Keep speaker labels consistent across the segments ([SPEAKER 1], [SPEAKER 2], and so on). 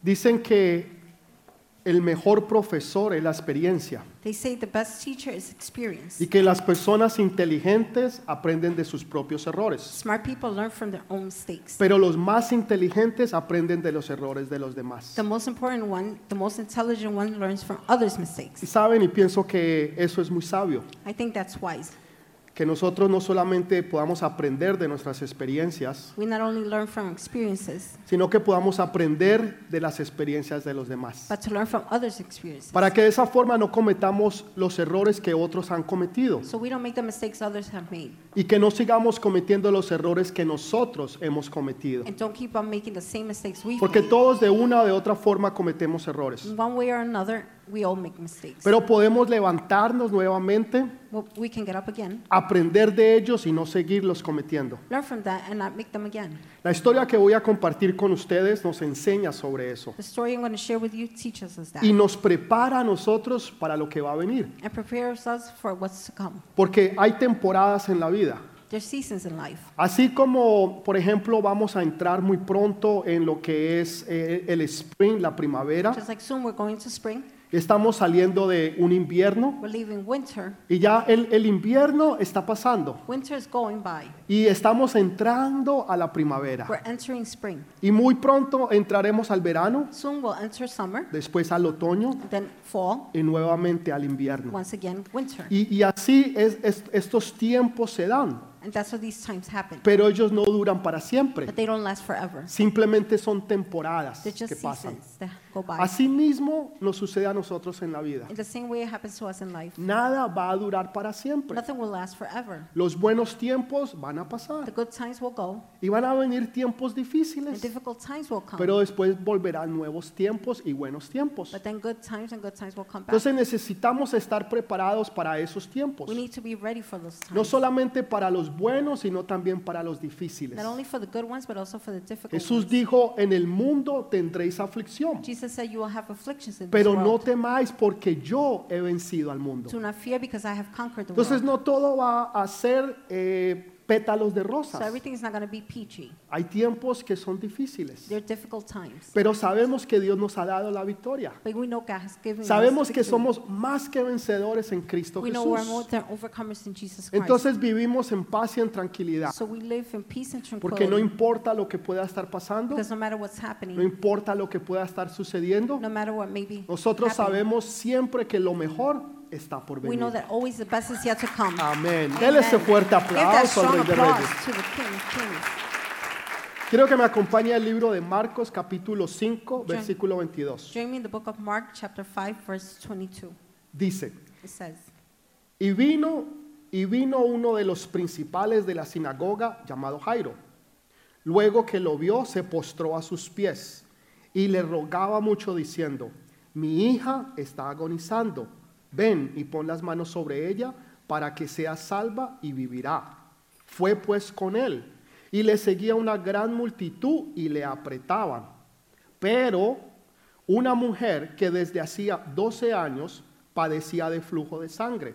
[SPEAKER 1] Dicen que el mejor profesor es la experiencia
[SPEAKER 2] They say the best teacher is experience.
[SPEAKER 1] y que las personas inteligentes aprenden de sus propios errores,
[SPEAKER 2] Smart people learn from their own mistakes.
[SPEAKER 1] pero los más inteligentes aprenden de los errores de los demás.
[SPEAKER 2] The most important one, the most intelligent one, learns from others'
[SPEAKER 1] Y
[SPEAKER 2] mistakes.
[SPEAKER 1] saben, y pienso que eso es muy sabio,
[SPEAKER 2] I think that's wise.
[SPEAKER 1] que nosotros no solamente podamos aprender de nuestras experiencias,
[SPEAKER 2] We not only learn from experiences,
[SPEAKER 1] sino que podamos aprender de las experiencias de los demás.
[SPEAKER 2] but to learn from others' experiences.
[SPEAKER 1] Para que de esa forma no cometamos los errores que otros han cometido
[SPEAKER 2] So we don't make the mistakes others have made,
[SPEAKER 1] y que no sigamos cometiendo los errores que nosotros hemos cometido.
[SPEAKER 2] and don't keep on making the same mistakes we've
[SPEAKER 1] Porque
[SPEAKER 2] made.
[SPEAKER 1] todos de una o de otra forma cometemos errores.
[SPEAKER 2] In one way or another, we all make mistakes.
[SPEAKER 1] Pero podemos levantarnos nuevamente,
[SPEAKER 2] Well, we can get up again,
[SPEAKER 1] aprender de ellos y no seguirlos cometiendo.
[SPEAKER 2] learn from that, and not make them again.
[SPEAKER 1] La historia que voy a compartir con ustedes nos enseña sobre eso
[SPEAKER 2] The story I'm going to share with you teaches us that,
[SPEAKER 1] y nos prepara a nosotros para lo que va a venir.
[SPEAKER 2] and prepares us for what's to come.
[SPEAKER 1] Porque hay temporadas en la vida.
[SPEAKER 2] There's seasons in life.
[SPEAKER 1] Así como, por ejemplo, vamos a entrar muy pronto en lo que es eh, el spring, la primavera,
[SPEAKER 2] Just like soon we're going to spring,
[SPEAKER 1] estamos saliendo de un invierno
[SPEAKER 2] we're leaving winter.
[SPEAKER 1] y ya el, el invierno está pasando
[SPEAKER 2] Winter is going by.
[SPEAKER 1] y estamos entrando a la primavera.
[SPEAKER 2] We're entering spring.
[SPEAKER 1] Y muy pronto entraremos al verano,
[SPEAKER 2] Soon we'll enter summer,
[SPEAKER 1] después al otoño
[SPEAKER 2] then fall,
[SPEAKER 1] y nuevamente al invierno.
[SPEAKER 2] once again winter.
[SPEAKER 1] Y, y así es- es- estos tiempos se dan,
[SPEAKER 2] And that's how these times happen.
[SPEAKER 1] pero ellos no duran para siempre.
[SPEAKER 2] But they don't last forever.
[SPEAKER 1] Simplemente son temporadas
[SPEAKER 2] They're just
[SPEAKER 1] que pasan.
[SPEAKER 2] seasons that go by.
[SPEAKER 1] Asimismo nos sucede a nosotros en la vida.
[SPEAKER 2] In the same way it happens to us in life.
[SPEAKER 1] Nada va a durar para siempre.
[SPEAKER 2] Nothing will last forever.
[SPEAKER 1] Los buenos tiempos van a
[SPEAKER 2] The
[SPEAKER 1] pasar
[SPEAKER 2] good times will go,
[SPEAKER 1] y van a venir tiempos
[SPEAKER 2] and
[SPEAKER 1] difíciles,
[SPEAKER 2] difficult times will come.
[SPEAKER 1] pero después volverán nuevos tiempos y buenos tiempos.
[SPEAKER 2] But then good times and good times will come back.
[SPEAKER 1] Entonces necesitamos estar preparados para esos tiempos,
[SPEAKER 2] We need to be ready for those
[SPEAKER 1] no
[SPEAKER 2] times.
[SPEAKER 1] solamente para los buenos, sino también para los difíciles.
[SPEAKER 2] Not only for the good ones, but also for the difficult
[SPEAKER 1] Jesús
[SPEAKER 2] ones.
[SPEAKER 1] dijo, en el mundo tendréis aflicción,
[SPEAKER 2] Jesus said, You will have afflictions in this
[SPEAKER 1] pero no
[SPEAKER 2] world.
[SPEAKER 1] temáis porque yo he vencido al mundo.
[SPEAKER 2] Do not fear, because I have conquered the
[SPEAKER 1] Entonces
[SPEAKER 2] world.
[SPEAKER 1] no todo va a ser eh, pétalos de
[SPEAKER 2] So
[SPEAKER 1] rosas.
[SPEAKER 2] everything is not going to be peachy.
[SPEAKER 1] Hay tiempos que son difíciles,
[SPEAKER 2] They're difficult times.
[SPEAKER 1] pero sabemos que Dios nos ha dado la victoria.
[SPEAKER 2] But we know God has given
[SPEAKER 1] Sabemos
[SPEAKER 2] us
[SPEAKER 1] que
[SPEAKER 2] victory.
[SPEAKER 1] somos más que vencedores en Cristo
[SPEAKER 2] We know we're more
[SPEAKER 1] Jesús.
[SPEAKER 2] than overcomers in Jesus Christ.
[SPEAKER 1] Entonces vivimos en paz y en tranquilidad,
[SPEAKER 2] so we live in peace and
[SPEAKER 1] porque
[SPEAKER 2] tranquility.
[SPEAKER 1] no importa lo que pueda estar pasando,
[SPEAKER 2] because no matter what's happening,
[SPEAKER 1] no importa lo que pueda estar sucediendo,
[SPEAKER 2] no matter what may be
[SPEAKER 1] nosotros
[SPEAKER 2] happening,
[SPEAKER 1] sabemos siempre que lo mejor está por
[SPEAKER 2] we know
[SPEAKER 1] venir.
[SPEAKER 2] that always the best is yet to come.
[SPEAKER 1] Amén.
[SPEAKER 2] Amen.
[SPEAKER 1] Dele ese fuerte
[SPEAKER 2] Give that
[SPEAKER 1] aplauso al
[SPEAKER 2] strong
[SPEAKER 1] Rey de
[SPEAKER 2] applause
[SPEAKER 1] Reyes.
[SPEAKER 2] to the King of Kings.
[SPEAKER 1] Quiero que me acompañe el libro de Marcos capítulo 5,
[SPEAKER 2] Yo-
[SPEAKER 1] versículo 22.
[SPEAKER 2] Join me in the book of Mark, chapter 5, verse 22.
[SPEAKER 1] Dice,
[SPEAKER 2] It says,
[SPEAKER 1] y vino, y vino uno de los principales de la sinagoga llamado Jairo. Luego que lo vio, se postró a sus pies y le rogaba mucho diciendo, mi hija está agonizando, ven y pon las manos sobre ella para que sea salva y vivirá. Fue pues con él y le seguía una gran multitud y le apretaban. Pero una mujer que desde hacía 12 años padecía de flujo de sangre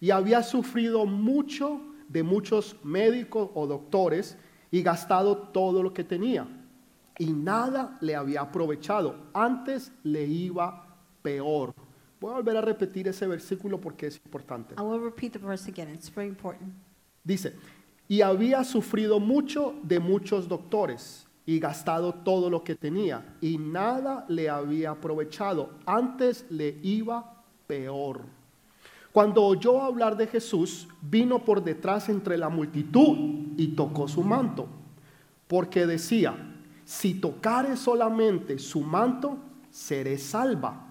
[SPEAKER 1] y había sufrido mucho de muchos médicos o doctores y gastado todo lo que tenía y nada le había aprovechado, antes le iba peor. Voy a volver a repetir ese versículo porque es importante.
[SPEAKER 2] I will repeat the verse again, it's very important.
[SPEAKER 1] Dice, y había sufrido mucho de muchos doctores y gastado todo lo que tenía y nada le había aprovechado, antes le iba peor. Cuando oyó hablar de Jesús, vino por detrás entre la multitud y tocó su manto, porque decía, si tocare solamente su manto, seré salva.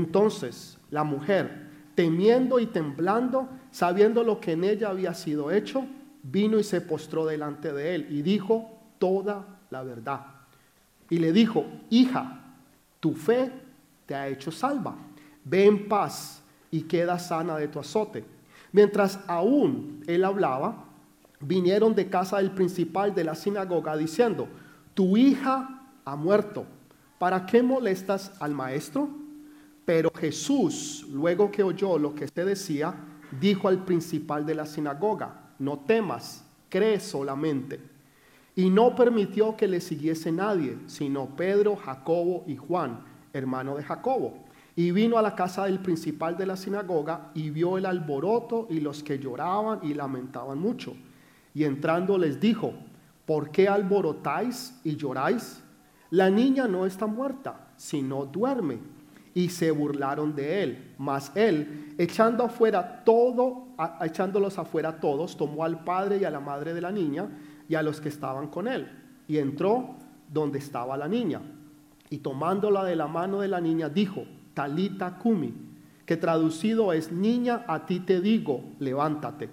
[SPEAKER 1] Entonces la mujer, temiendo y temblando, sabiendo lo que en ella había sido hecho, vino y se postró delante de él y dijo toda la verdad. Y le dijo, hija, Tu fe te ha hecho salva. Ve en paz y queda sana de tu azote. Mientras aún él hablaba, vinieron de casa del principal de la sinagoga diciendo, tu hija ha muerto, ¿para qué molestas al maestro? Pero Jesús, luego que oyó lo que se decía, dijo al principal de la sinagoga, no temas, cree solamente. Y no permitió que le siguiese nadie, sino Pedro, Jacobo y Juan, hermano de Jacobo. Y vino a la casa del principal de la sinagoga y vio el alboroto y los que lloraban y lamentaban mucho. Y entrando les dijo, ¿por qué alborotáis y lloráis? La niña no está muerta, sino duerme. Y se burlaron de él. Mas él, echando afuera todo, a- echándolos afuera a todos, tomó al padre y a la madre de la niña y a los que estaban con él. Y entró donde estaba la niña. Y tomándola de la mano de la niña, dijo, Talita Kumi, que traducido es, niña, a ti te digo, levántate.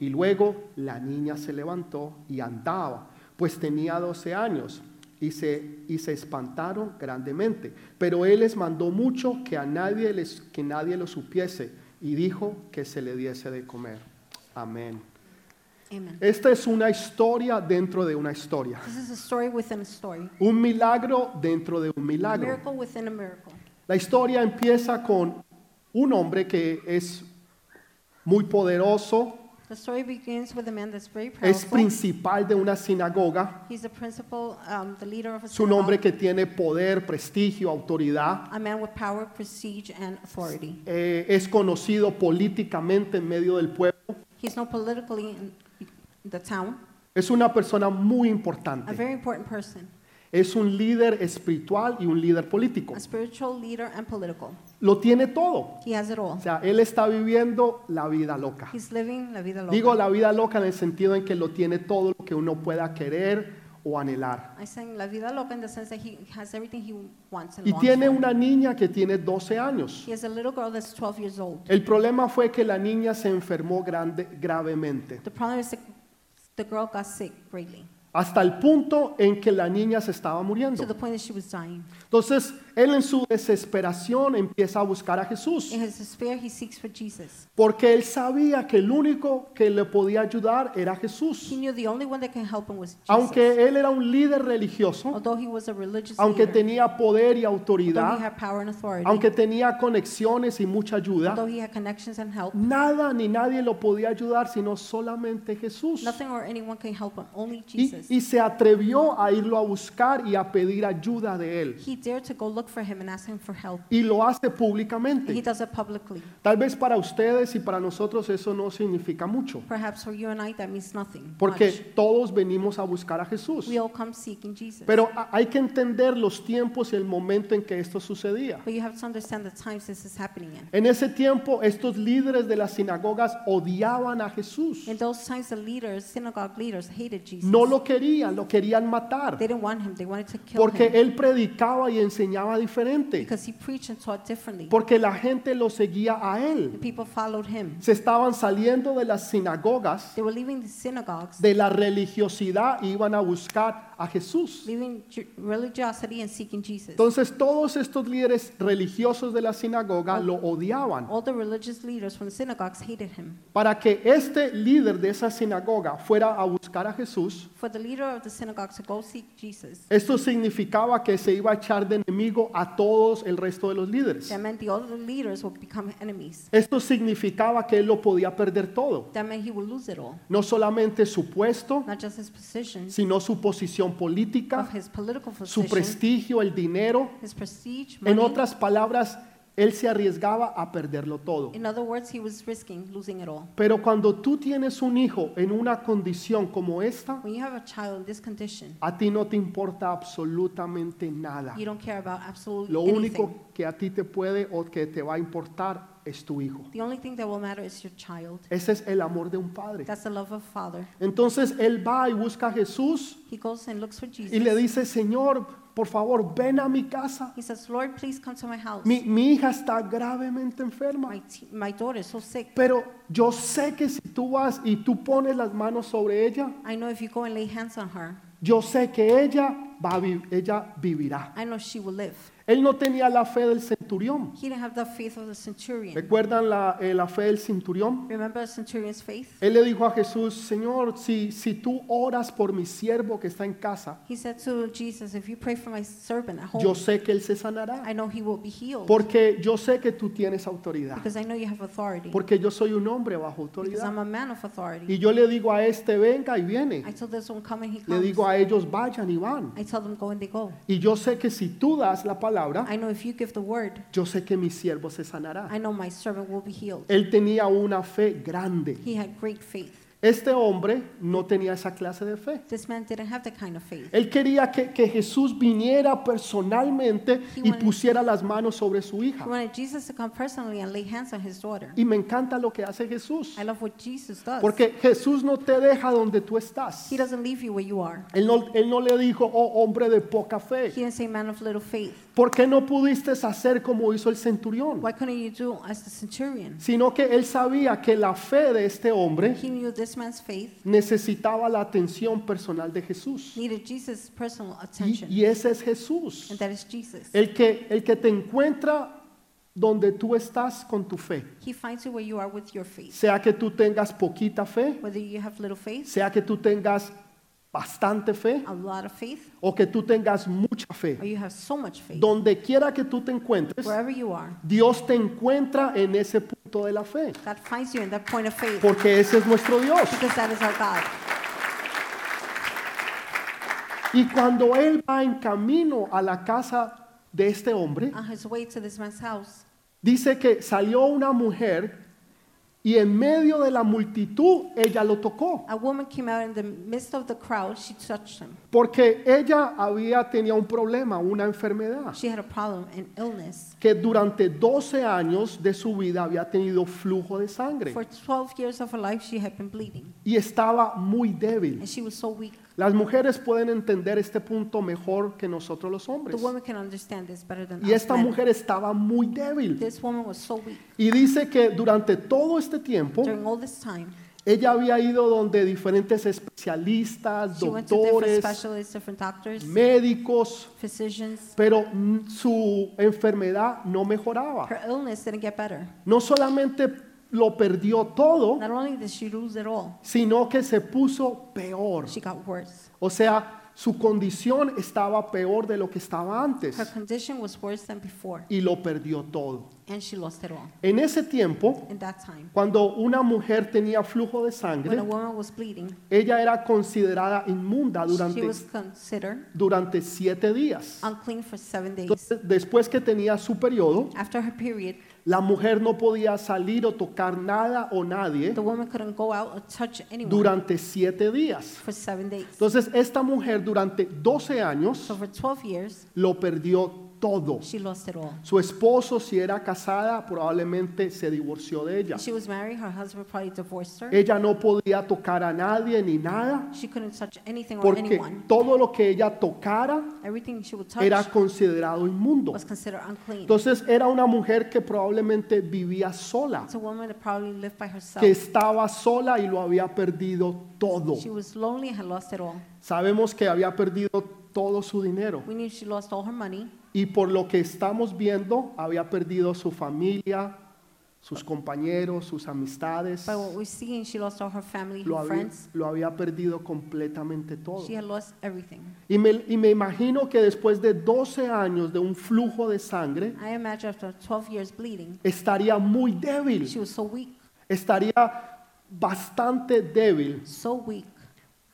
[SPEAKER 1] Y luego la niña se levantó y andaba, pues tenía 12 años, y se, y se espantaron grandemente. Pero él les mandó mucho que a nadie, les, que nadie lo supiese, y dijo que se le diese de comer. Amén.
[SPEAKER 2] Amen.
[SPEAKER 1] Esta es una historia dentro de una historia.
[SPEAKER 2] This is a story within a story,
[SPEAKER 1] Un milagro dentro de un
[SPEAKER 2] a
[SPEAKER 1] milagro.
[SPEAKER 2] miracle within a miracle.
[SPEAKER 1] La historia empieza con un hombre que es muy poderoso,
[SPEAKER 2] The story begins with a man that's very
[SPEAKER 1] es
[SPEAKER 2] powerful.
[SPEAKER 1] principal de una sinagoga,
[SPEAKER 2] He's the principal, um, the leader of a
[SPEAKER 1] es un hombre
[SPEAKER 2] synagogue,
[SPEAKER 1] que tiene poder, prestigio, autoridad,
[SPEAKER 2] a man with power, prestige, and authority.
[SPEAKER 1] eh, es conocido políticamente en medio del pueblo,
[SPEAKER 2] He's known politically in the town,
[SPEAKER 1] es una persona muy
[SPEAKER 2] a
[SPEAKER 1] importante,
[SPEAKER 2] very important person,
[SPEAKER 1] es un líder espiritual y un líder político,
[SPEAKER 2] a spiritual leader and political.
[SPEAKER 1] lo tiene todo,
[SPEAKER 2] He has it
[SPEAKER 1] o
[SPEAKER 2] all.
[SPEAKER 1] sea, él está viviendo la vida loca.
[SPEAKER 2] He's living la vida
[SPEAKER 1] Digo
[SPEAKER 2] loca.
[SPEAKER 1] la vida loca en el sentido en que lo tiene todo lo que uno pueda querer o anhelar.
[SPEAKER 2] I sang la vida loca in the sense that he has everything he wants and
[SPEAKER 1] Y
[SPEAKER 2] longs
[SPEAKER 1] tiene
[SPEAKER 2] for.
[SPEAKER 1] una niña que tiene 12 años.
[SPEAKER 2] He has a little girl that's 12 years old.
[SPEAKER 1] El problema fue que la niña se enfermó grande, gravemente,
[SPEAKER 2] The problem is that the girl got sick greatly
[SPEAKER 1] hasta el punto en que la niña se estaba
[SPEAKER 2] to the
[SPEAKER 1] muriendo.
[SPEAKER 2] point that she was dying.
[SPEAKER 1] Entonces, él en su desesperación empieza a buscar a Jesús,
[SPEAKER 2] In his despair, he seeks for Jesus.
[SPEAKER 1] porque él sabía que el único que le podía ayudar era
[SPEAKER 2] He
[SPEAKER 1] Jesús.
[SPEAKER 2] knew the only one that can help him was Jesus.
[SPEAKER 1] Aunque él era un líder religioso,
[SPEAKER 2] Although he was a religious
[SPEAKER 1] aunque
[SPEAKER 2] leader,
[SPEAKER 1] tenía poder y
[SPEAKER 2] although he
[SPEAKER 1] autoridad,
[SPEAKER 2] had power and authority,
[SPEAKER 1] aunque tenía conexiones y mucha ayuda,
[SPEAKER 2] although he had connections and help,
[SPEAKER 1] nada ni nadie lo podía ayudar sino solamente Jesús.
[SPEAKER 2] Nothing or anyone can help him, only
[SPEAKER 1] Y,
[SPEAKER 2] Jesus.
[SPEAKER 1] y se atrevió a irlo a buscar y a pedir ayuda de él.
[SPEAKER 2] He dared to go look for him and ask him for help.
[SPEAKER 1] Y lo hace
[SPEAKER 2] And he
[SPEAKER 1] públicamente.
[SPEAKER 2] does it publicly.
[SPEAKER 1] Tal vez para ustedes y para nosotros eso no significa mucho,
[SPEAKER 2] Perhaps for you and I, that means nothing.
[SPEAKER 1] porque
[SPEAKER 2] much.
[SPEAKER 1] todos venimos a buscar a Jesús.
[SPEAKER 2] we all come seeking Jesus.
[SPEAKER 1] Pero a- hay que entender los tiempos y el momento en que esto sucedía.
[SPEAKER 2] but you have to understand the times this is happening in.
[SPEAKER 1] En ese tiempo estos líderes de las sinagogas odiaban a Jesús.
[SPEAKER 2] In those times, the leaders, synagogue leaders, hated Jesus.
[SPEAKER 1] No lo querían, lo querían matar,
[SPEAKER 2] they didn't want him. They wanted to kill
[SPEAKER 1] porque
[SPEAKER 2] him
[SPEAKER 1] él predicaba y enseñaba diferente,
[SPEAKER 2] because he preached and taught differently.
[SPEAKER 1] porque la gente lo seguía a él.
[SPEAKER 2] the people followed him.
[SPEAKER 1] se estaban saliendo de las sinagogas,
[SPEAKER 2] They were leaving the synagogues,
[SPEAKER 1] de la religiosidad, y iban a buscar a Jesús.
[SPEAKER 2] leaving ju- religiosity and seeking Jesus.
[SPEAKER 1] Entonces todos estos líderes religiosos de la sinagoga lo odiaban.
[SPEAKER 2] all the religious leaders from the synagogues hated him.
[SPEAKER 1] Para que este líder de esa sinagoga fuera a buscar a Jesús,
[SPEAKER 2] For the leader of the synagogue to go seek Jesus,
[SPEAKER 1] esto significaba que se iba a echar de enemigo a todos el resto de los líderes.
[SPEAKER 2] that meant the other leaders would become enemies.
[SPEAKER 1] Esto significaba que él lo podía perder todo,
[SPEAKER 2] That meant he would lose it all,
[SPEAKER 1] no solamente su puesto,
[SPEAKER 2] not just his position,
[SPEAKER 1] sino su posición política,
[SPEAKER 2] of his political
[SPEAKER 1] su
[SPEAKER 2] position,
[SPEAKER 1] prestigio, el dinero,
[SPEAKER 2] his prestige,
[SPEAKER 1] En
[SPEAKER 2] money.
[SPEAKER 1] otras palabras, él se arriesgaba a perderlo todo.
[SPEAKER 2] In other words, he was risking losing it all.
[SPEAKER 1] Pero cuando tú tienes un hijo en una condición como esta,
[SPEAKER 2] When you have a child in this condition,
[SPEAKER 1] a ti no te importa absolutamente nada.
[SPEAKER 2] you don't care about absolutely
[SPEAKER 1] Lo
[SPEAKER 2] anything.
[SPEAKER 1] único que a ti te puede o que te va a importar es tu hijo.
[SPEAKER 2] The only thing that will matter is your child.
[SPEAKER 1] Ese es el amor de un padre.
[SPEAKER 2] That's the love of Father.
[SPEAKER 1] Entonces él va y busca a Jesús
[SPEAKER 2] He goes and looks for
[SPEAKER 1] y le
[SPEAKER 2] Jesus.
[SPEAKER 1] dice, Señor, por favor, ven a mi casa.
[SPEAKER 2] He says, Lord, please come to my house.
[SPEAKER 1] Mi, mi hija está gravemente enferma.
[SPEAKER 2] My, t- my daughter is so sick.
[SPEAKER 1] Pero yo sé que si tú vas y tú pones las manos sobre ella,
[SPEAKER 2] I know if you go and lay hands on her,
[SPEAKER 1] Yo sé que ella, va a vi- ella vivirá.
[SPEAKER 2] I know she will live.
[SPEAKER 1] Él no tenía la fe del centurión.
[SPEAKER 2] He didn't have the faith of the centurion.
[SPEAKER 1] ¿Recuerdan la, eh, la fe del centurión?
[SPEAKER 2] Remember the centurion's faith?
[SPEAKER 1] Él le dijo a Jesús, Señor, si, si tú oras por mi siervo que está en casa,
[SPEAKER 2] He said to Jesus, If you pray for my servant at
[SPEAKER 1] yo
[SPEAKER 2] home,
[SPEAKER 1] sé que él se sanará.
[SPEAKER 2] I know he will be healed
[SPEAKER 1] Porque yo sé que tú tienes autoridad.
[SPEAKER 2] because I know you have authority.
[SPEAKER 1] Porque yo soy un hombre bajo
[SPEAKER 2] Because
[SPEAKER 1] autoridad.
[SPEAKER 2] I'm a man of authority.
[SPEAKER 1] Y yo le digo a este, venga y viene.
[SPEAKER 2] I tell this one, Come and he
[SPEAKER 1] Le
[SPEAKER 2] comes.
[SPEAKER 1] digo a ellos, vayan y van.
[SPEAKER 2] I tell them, Go and they go.
[SPEAKER 1] Y yo sé que si tú das la palabra,
[SPEAKER 2] I know if you give the word,
[SPEAKER 1] yo sé que mi siervo se sanará.
[SPEAKER 2] I know my servant will be healed.
[SPEAKER 1] Él tenía una fe grande.
[SPEAKER 2] He had great faith.
[SPEAKER 1] Este hombre no tenía esa clase de fe.
[SPEAKER 2] This man didn't have that kind of faith.
[SPEAKER 1] Él quería que, que Jesús viniera personalmente y pusiera las manos sobre su
[SPEAKER 2] He
[SPEAKER 1] hija.
[SPEAKER 2] wanted Jesus to come personally and lay hands on his daughter.
[SPEAKER 1] Y me encanta lo que hace Jesús.
[SPEAKER 2] I love what Jesus does.
[SPEAKER 1] Porque Jesús no te deja donde tú estás.
[SPEAKER 2] He doesn't leave you where you are.
[SPEAKER 1] Él no, él no le dijo, oh hombre de poca fe,
[SPEAKER 2] He didn't say, man of little faith.
[SPEAKER 1] ¿por qué no pudiste hacer como hizo el centurión?
[SPEAKER 2] Why couldn't you do as the centurion?
[SPEAKER 1] Sino que él sabía que la fe de este hombre
[SPEAKER 2] He knew this man's faith
[SPEAKER 1] necesitaba la atención personal de Jesús. Y,
[SPEAKER 2] needed Jesus' personal attention.
[SPEAKER 1] y ese es Jesús,
[SPEAKER 2] And that is Jesus.
[SPEAKER 1] el que, el que te encuentra donde tú estás con tu fe.
[SPEAKER 2] He finds you where you are with your faith.
[SPEAKER 1] Sea que tú tengas poquita fe,
[SPEAKER 2] Whether you have little faith,
[SPEAKER 1] sea que tú tengas bastante fe
[SPEAKER 2] a lot of faith,
[SPEAKER 1] o que tú tengas mucha fe.
[SPEAKER 2] or you have so much faith.
[SPEAKER 1] Donde quiera que tú te encuentres,
[SPEAKER 2] Wherever you are,
[SPEAKER 1] Dios te encuentra en ese punto de la fe,
[SPEAKER 2] God finds you in that point of faith
[SPEAKER 1] porque ese es nuestro Dios.
[SPEAKER 2] because that is our God.
[SPEAKER 1] Y cuando Él va en camino a la casa de este hombre,
[SPEAKER 2] On his way to this man's house,
[SPEAKER 1] dice que salió una mujer y en medio de la multitud ella lo tocó,
[SPEAKER 2] a woman came out in the midst of the crowd. She touched him.
[SPEAKER 1] porque ella había tenía un problema, una enfermedad,
[SPEAKER 2] She had a problem, an illness.
[SPEAKER 1] que durante 12 años de su vida había tenido flujo de sangre
[SPEAKER 2] For 12 years of her life, she had been bleeding,
[SPEAKER 1] y estaba muy débil.
[SPEAKER 2] and she was so weak.
[SPEAKER 1] Las mujeres pueden entender este punto mejor que nosotros los
[SPEAKER 2] The
[SPEAKER 1] hombres.
[SPEAKER 2] woman can understand this better than
[SPEAKER 1] Y
[SPEAKER 2] us
[SPEAKER 1] esta
[SPEAKER 2] men.
[SPEAKER 1] mujer estaba muy débil.
[SPEAKER 2] This woman was so weak
[SPEAKER 1] Y dice que durante todo este tiempo,
[SPEAKER 2] during all this time.
[SPEAKER 1] ella había ido donde diferentes especialistas,
[SPEAKER 2] She went to different
[SPEAKER 1] doctores,
[SPEAKER 2] specialists, different doctors,
[SPEAKER 1] médicos,
[SPEAKER 2] physicians.
[SPEAKER 1] pero mm, su enfermedad no mejoraba.
[SPEAKER 2] Her illness didn't get better.
[SPEAKER 1] No solamente lo perdió todo,
[SPEAKER 2] Not only did she lose it all,
[SPEAKER 1] sino que se puso peor.
[SPEAKER 2] she got worse.
[SPEAKER 1] O sea, su condición estaba peor de lo que estaba
[SPEAKER 2] Her
[SPEAKER 1] antes
[SPEAKER 2] condition was worse than before,
[SPEAKER 1] y lo perdió todo.
[SPEAKER 2] and she lost it all.
[SPEAKER 1] En ese tiempo,
[SPEAKER 2] In that time,
[SPEAKER 1] cuando una mujer tenía flujo de
[SPEAKER 2] when
[SPEAKER 1] sangre,
[SPEAKER 2] a woman was bleeding,
[SPEAKER 1] Ella era considerada inmunda
[SPEAKER 2] she
[SPEAKER 1] durante,
[SPEAKER 2] was considered
[SPEAKER 1] durante siete días.
[SPEAKER 2] unclean for seven days.
[SPEAKER 1] Entonces, después que tenía su periodo,
[SPEAKER 2] After her period,
[SPEAKER 1] la mujer no podía salir o tocar nada o nadie
[SPEAKER 2] the woman couldn't go out or touch anyone
[SPEAKER 1] durante siete días.
[SPEAKER 2] for seven days.
[SPEAKER 1] Entonces, esta mujer durante 12 años
[SPEAKER 2] So for 12 years,
[SPEAKER 1] lo perdió todo.
[SPEAKER 2] she lost it all.
[SPEAKER 1] Su esposo, si era casada, probablemente se divorció de ella.
[SPEAKER 2] She was married, her husband probably divorced her.
[SPEAKER 1] Ella no podía tocar a nadie ni nada
[SPEAKER 2] She couldn't touch anything or
[SPEAKER 1] porque
[SPEAKER 2] anyone.
[SPEAKER 1] todo lo que ella tocara
[SPEAKER 2] Everything she would touch Pues
[SPEAKER 1] era considerado inmundo.
[SPEAKER 2] was considered unclean.
[SPEAKER 1] Entonces era una mujer que probablemente vivía sola,
[SPEAKER 2] It's a woman that probably lived by herself.
[SPEAKER 1] que estaba sola y lo había perdido todo.
[SPEAKER 2] She was lonely and had lost it all.
[SPEAKER 1] Sabemos que había perdido todo su dinero
[SPEAKER 2] We knew she lost all her money,
[SPEAKER 1] y por lo que estamos viendo había perdido su familia, sus compañeros, sus amistades.
[SPEAKER 2] but what we're seeing, she lost all her family,
[SPEAKER 1] Lo
[SPEAKER 2] her
[SPEAKER 1] había,
[SPEAKER 2] friends.
[SPEAKER 1] lo había perdido completamente todo.
[SPEAKER 2] She had lost everything.
[SPEAKER 1] Y me, y me imagino que después de 12 años de un flujo de sangre,
[SPEAKER 2] I imagine after 12 years bleeding,
[SPEAKER 1] estaría muy
[SPEAKER 2] she
[SPEAKER 1] débil,
[SPEAKER 2] was so weak,
[SPEAKER 1] estaría bastante débil.
[SPEAKER 2] so weak,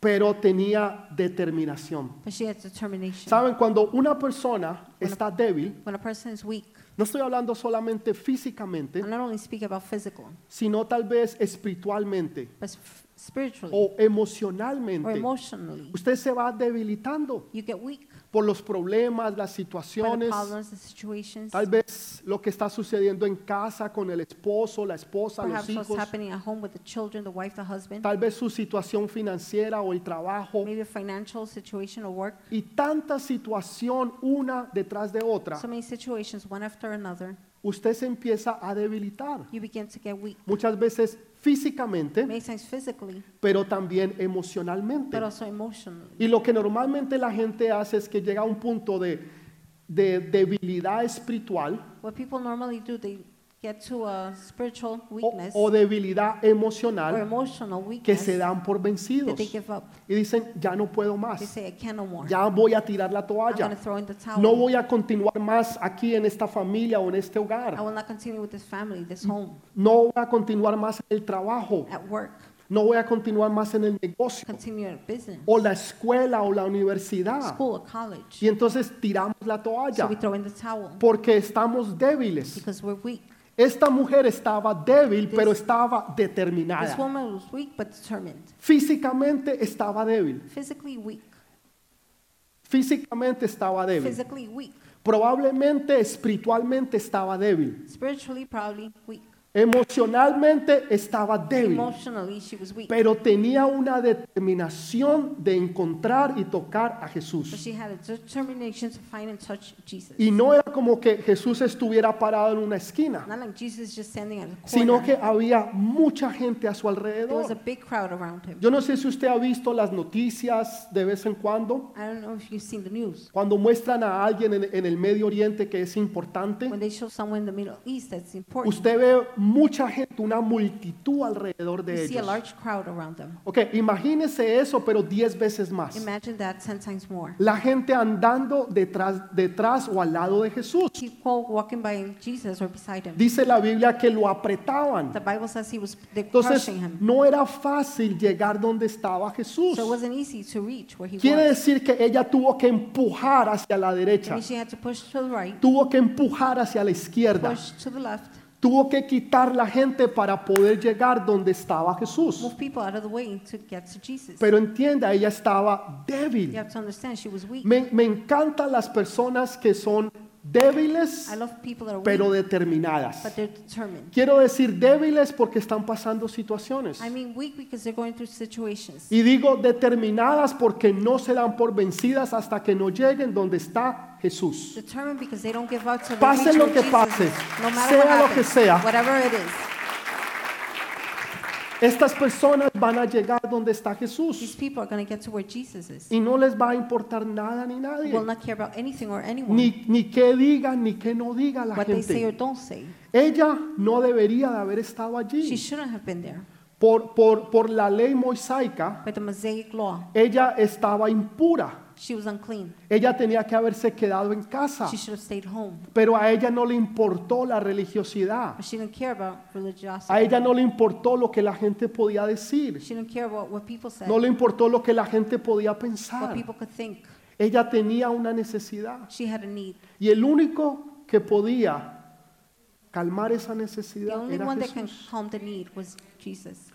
[SPEAKER 1] pero tenía determinación.
[SPEAKER 2] but she had determination.
[SPEAKER 1] Saben, cuando una persona está débil,
[SPEAKER 2] When a person is weak,
[SPEAKER 1] no estoy hablando solamente físicamente,
[SPEAKER 2] I'm not only speaking about physical,
[SPEAKER 1] sino tal vez espiritualmente
[SPEAKER 2] but f- spiritually
[SPEAKER 1] o
[SPEAKER 2] or
[SPEAKER 1] emocionalmente.
[SPEAKER 2] emotionally,
[SPEAKER 1] Usted se va debilitando
[SPEAKER 2] you get weak
[SPEAKER 1] por los problemas, las
[SPEAKER 2] by the
[SPEAKER 1] situaciones,
[SPEAKER 2] problems, the situations,
[SPEAKER 1] tal vez lo que está sucediendo en casa con el esposo, la esposa, los
[SPEAKER 2] perhaps what's
[SPEAKER 1] hijos,
[SPEAKER 2] happening at home with the children, the wife, the husband,
[SPEAKER 1] tal vez su situación financiera o el trabajo
[SPEAKER 2] maybe a financial situation or work.
[SPEAKER 1] y tanta situación una detrás de otra,
[SPEAKER 2] So many situations, one after another,
[SPEAKER 1] usted se empieza a debilitar.
[SPEAKER 2] you begin to get weak.
[SPEAKER 1] muchas veces físicamente,
[SPEAKER 2] Many times physically,
[SPEAKER 1] pero también emocionalmente.
[SPEAKER 2] but also emotionally.
[SPEAKER 1] Y lo que normalmente la gente hace es que llega a un punto de de debilidad espiritual
[SPEAKER 2] What people normally do, they get to a spiritual
[SPEAKER 1] o,
[SPEAKER 2] weakness
[SPEAKER 1] o debilidad
[SPEAKER 2] or
[SPEAKER 1] emocional
[SPEAKER 2] emotional
[SPEAKER 1] que
[SPEAKER 2] weakness
[SPEAKER 1] se dan por
[SPEAKER 2] that
[SPEAKER 1] vencidos
[SPEAKER 2] they give up.
[SPEAKER 1] y dicen, ya no puedo
[SPEAKER 2] They
[SPEAKER 1] más,
[SPEAKER 2] say, I can't no more.
[SPEAKER 1] ya voy a tirar la
[SPEAKER 2] I'm going to
[SPEAKER 1] toalla,
[SPEAKER 2] throw in the towel.
[SPEAKER 1] no voy a continuar más aquí en esta familia o en este
[SPEAKER 2] I
[SPEAKER 1] hogar,
[SPEAKER 2] will not continue with this family, this
[SPEAKER 1] Mm.
[SPEAKER 2] home,
[SPEAKER 1] no voy a continuar más en el trabajo,
[SPEAKER 2] at work,
[SPEAKER 1] no voy a continuar más en el negocio
[SPEAKER 2] continue at business,
[SPEAKER 1] o la escuela o la universidad.
[SPEAKER 2] school, or college.
[SPEAKER 1] Y entonces tiramos la
[SPEAKER 2] So
[SPEAKER 1] toalla
[SPEAKER 2] we throw in the towel
[SPEAKER 1] porque estamos débiles.
[SPEAKER 2] because we're weak.
[SPEAKER 1] Esta mujer estaba débil, pero estaba
[SPEAKER 2] This
[SPEAKER 1] determinada.
[SPEAKER 2] woman was weak but determined,
[SPEAKER 1] Físicamente estaba débil.
[SPEAKER 2] physically weak,
[SPEAKER 1] Físicamente estaba débil.
[SPEAKER 2] physically weak,
[SPEAKER 1] Probablemente espiritualmente estaba débil.
[SPEAKER 2] spiritually probably weak,
[SPEAKER 1] Emocionalmente estaba débil.
[SPEAKER 2] emotionally she was weak,
[SPEAKER 1] Pero tenía una determinación de encontrar y tocar a
[SPEAKER 2] but
[SPEAKER 1] Jesús.
[SPEAKER 2] she had a determination to find and touch Jesus.
[SPEAKER 1] Y no era como que Jesús estuviera parado en una esquina,
[SPEAKER 2] Not like Jesus just standing at the
[SPEAKER 1] sino
[SPEAKER 2] corner.
[SPEAKER 1] que había mucha gente a su
[SPEAKER 2] There was a
[SPEAKER 1] alrededor.
[SPEAKER 2] big crowd around him.
[SPEAKER 1] Yo no sé si usted ha visto las noticias de vez en cuando.
[SPEAKER 2] I don't know if you've seen the news.
[SPEAKER 1] Cuando muestran a alguien en, en el Medio Oriente que es importante,
[SPEAKER 2] When they show someone in the Middle East that's important,
[SPEAKER 1] usted ve mucha gente, una multitud alrededor de
[SPEAKER 2] you see a
[SPEAKER 1] ellos.
[SPEAKER 2] large crowd around them.
[SPEAKER 1] Ok, imagínese eso, pero 10 veces más.
[SPEAKER 2] Imagine that 10 times more.
[SPEAKER 1] La gente andando detrás, detrás o al lado de Jesús.
[SPEAKER 2] People walking by Jesus or beside him.
[SPEAKER 1] Dice la Biblia que lo apretaban.
[SPEAKER 2] The Bible says he was they
[SPEAKER 1] Entonces,
[SPEAKER 2] crushing him.
[SPEAKER 1] no era fácil llegar donde estaba Jesús.
[SPEAKER 2] So it wasn't easy to reach where he
[SPEAKER 1] Quiere
[SPEAKER 2] was.
[SPEAKER 1] decir que ella tuvo que empujar hacia la
[SPEAKER 2] I
[SPEAKER 1] derecha,
[SPEAKER 2] mean, she had to push to the right,
[SPEAKER 1] tuvo que empujar hacia la izquierda.
[SPEAKER 2] push to the left,
[SPEAKER 1] Tuvo que quitar la gente para poder llegar donde estaba Jesús.
[SPEAKER 2] move people out of the way to get to Jesus.
[SPEAKER 1] Pero entienda, ella estaba
[SPEAKER 2] You
[SPEAKER 1] débil.
[SPEAKER 2] have to understand she was weak.
[SPEAKER 1] Me, me encantan las personas que son débiles,
[SPEAKER 2] I love people that are
[SPEAKER 1] pero
[SPEAKER 2] weak,
[SPEAKER 1] determinadas.
[SPEAKER 2] but they're determined.
[SPEAKER 1] Quiero decir débiles porque están pasando situaciones.
[SPEAKER 2] I mean weak because they're going through situations.
[SPEAKER 1] Y digo determinadas porque no se dan por vencidas hasta que no lleguen donde está Jesús.
[SPEAKER 2] Determined because they don't give up to the
[SPEAKER 1] Pase
[SPEAKER 2] reach
[SPEAKER 1] lo
[SPEAKER 2] of
[SPEAKER 1] que
[SPEAKER 2] Jesus,
[SPEAKER 1] pase,
[SPEAKER 2] no matter
[SPEAKER 1] sea
[SPEAKER 2] what
[SPEAKER 1] lo que
[SPEAKER 2] happens,
[SPEAKER 1] sea.
[SPEAKER 2] whatever it is.
[SPEAKER 1] Estas personas van a llegar donde está
[SPEAKER 2] These
[SPEAKER 1] Jesús
[SPEAKER 2] people are going to get to where Jesus is.
[SPEAKER 1] y no les va a importar nada ni nadie.
[SPEAKER 2] Will not care about anything or anyone.
[SPEAKER 1] ni, ni qué diga ni qué no diga la
[SPEAKER 2] what they say or
[SPEAKER 1] gente.
[SPEAKER 2] don't say.
[SPEAKER 1] Ella no debería de haber estado
[SPEAKER 2] She
[SPEAKER 1] allí.
[SPEAKER 2] shouldn't have been there.
[SPEAKER 1] Por, por, por la ley mosaica,
[SPEAKER 2] By the Mosaic law,
[SPEAKER 1] ella estaba impura.
[SPEAKER 2] she was unclean.
[SPEAKER 1] Ella tenía que haberse quedado en casa.
[SPEAKER 2] She should have stayed home.
[SPEAKER 1] Pero a ella no le importó la religiosidad.
[SPEAKER 2] But she didn't care about religiosity.
[SPEAKER 1] A ella no le importó lo que la gente podía decir.
[SPEAKER 2] She didn't care about what people said,
[SPEAKER 1] No le importó lo que la gente podía
[SPEAKER 2] what
[SPEAKER 1] pensar.
[SPEAKER 2] people could think.
[SPEAKER 1] Ella tenía una necesidad.
[SPEAKER 2] She had a need.
[SPEAKER 1] Y el único que podía calmar esa
[SPEAKER 2] The
[SPEAKER 1] necesidad
[SPEAKER 2] only
[SPEAKER 1] era
[SPEAKER 2] one that can
[SPEAKER 1] Jesús.
[SPEAKER 2] calm the need was Jesus.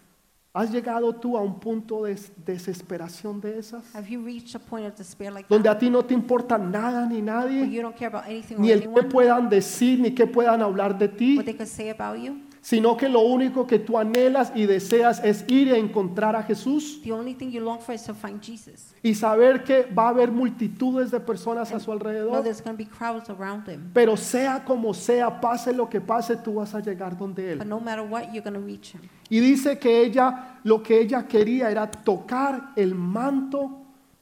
[SPEAKER 1] ¿Has llegado tú a un punto de des- desesperación de esas?
[SPEAKER 2] Have you reached a point of despair like
[SPEAKER 1] Donde
[SPEAKER 2] that?
[SPEAKER 1] a ti no te importa nada ni
[SPEAKER 2] Where
[SPEAKER 1] nadie,
[SPEAKER 2] you don't care about anything
[SPEAKER 1] ni
[SPEAKER 2] or
[SPEAKER 1] el que
[SPEAKER 2] anyone,
[SPEAKER 1] puedan decir, ni qué puedan hablar de ti,
[SPEAKER 2] what they could say about you.
[SPEAKER 1] sino que lo único que tú anhelas y deseas es ir a encontrar a Jesús
[SPEAKER 2] The only thing you long for is to find Jesus.
[SPEAKER 1] y saber que va a haber multitudes de personas a su
[SPEAKER 2] Know
[SPEAKER 1] alrededor.
[SPEAKER 2] there's going to be crowds around him.
[SPEAKER 1] Pero sea como sea, pase lo que pase, tú vas a llegar donde
[SPEAKER 2] But
[SPEAKER 1] Él.
[SPEAKER 2] no matter what, you're going to reach him.
[SPEAKER 1] Y dice que ella, lo que ella quería era tocar el manto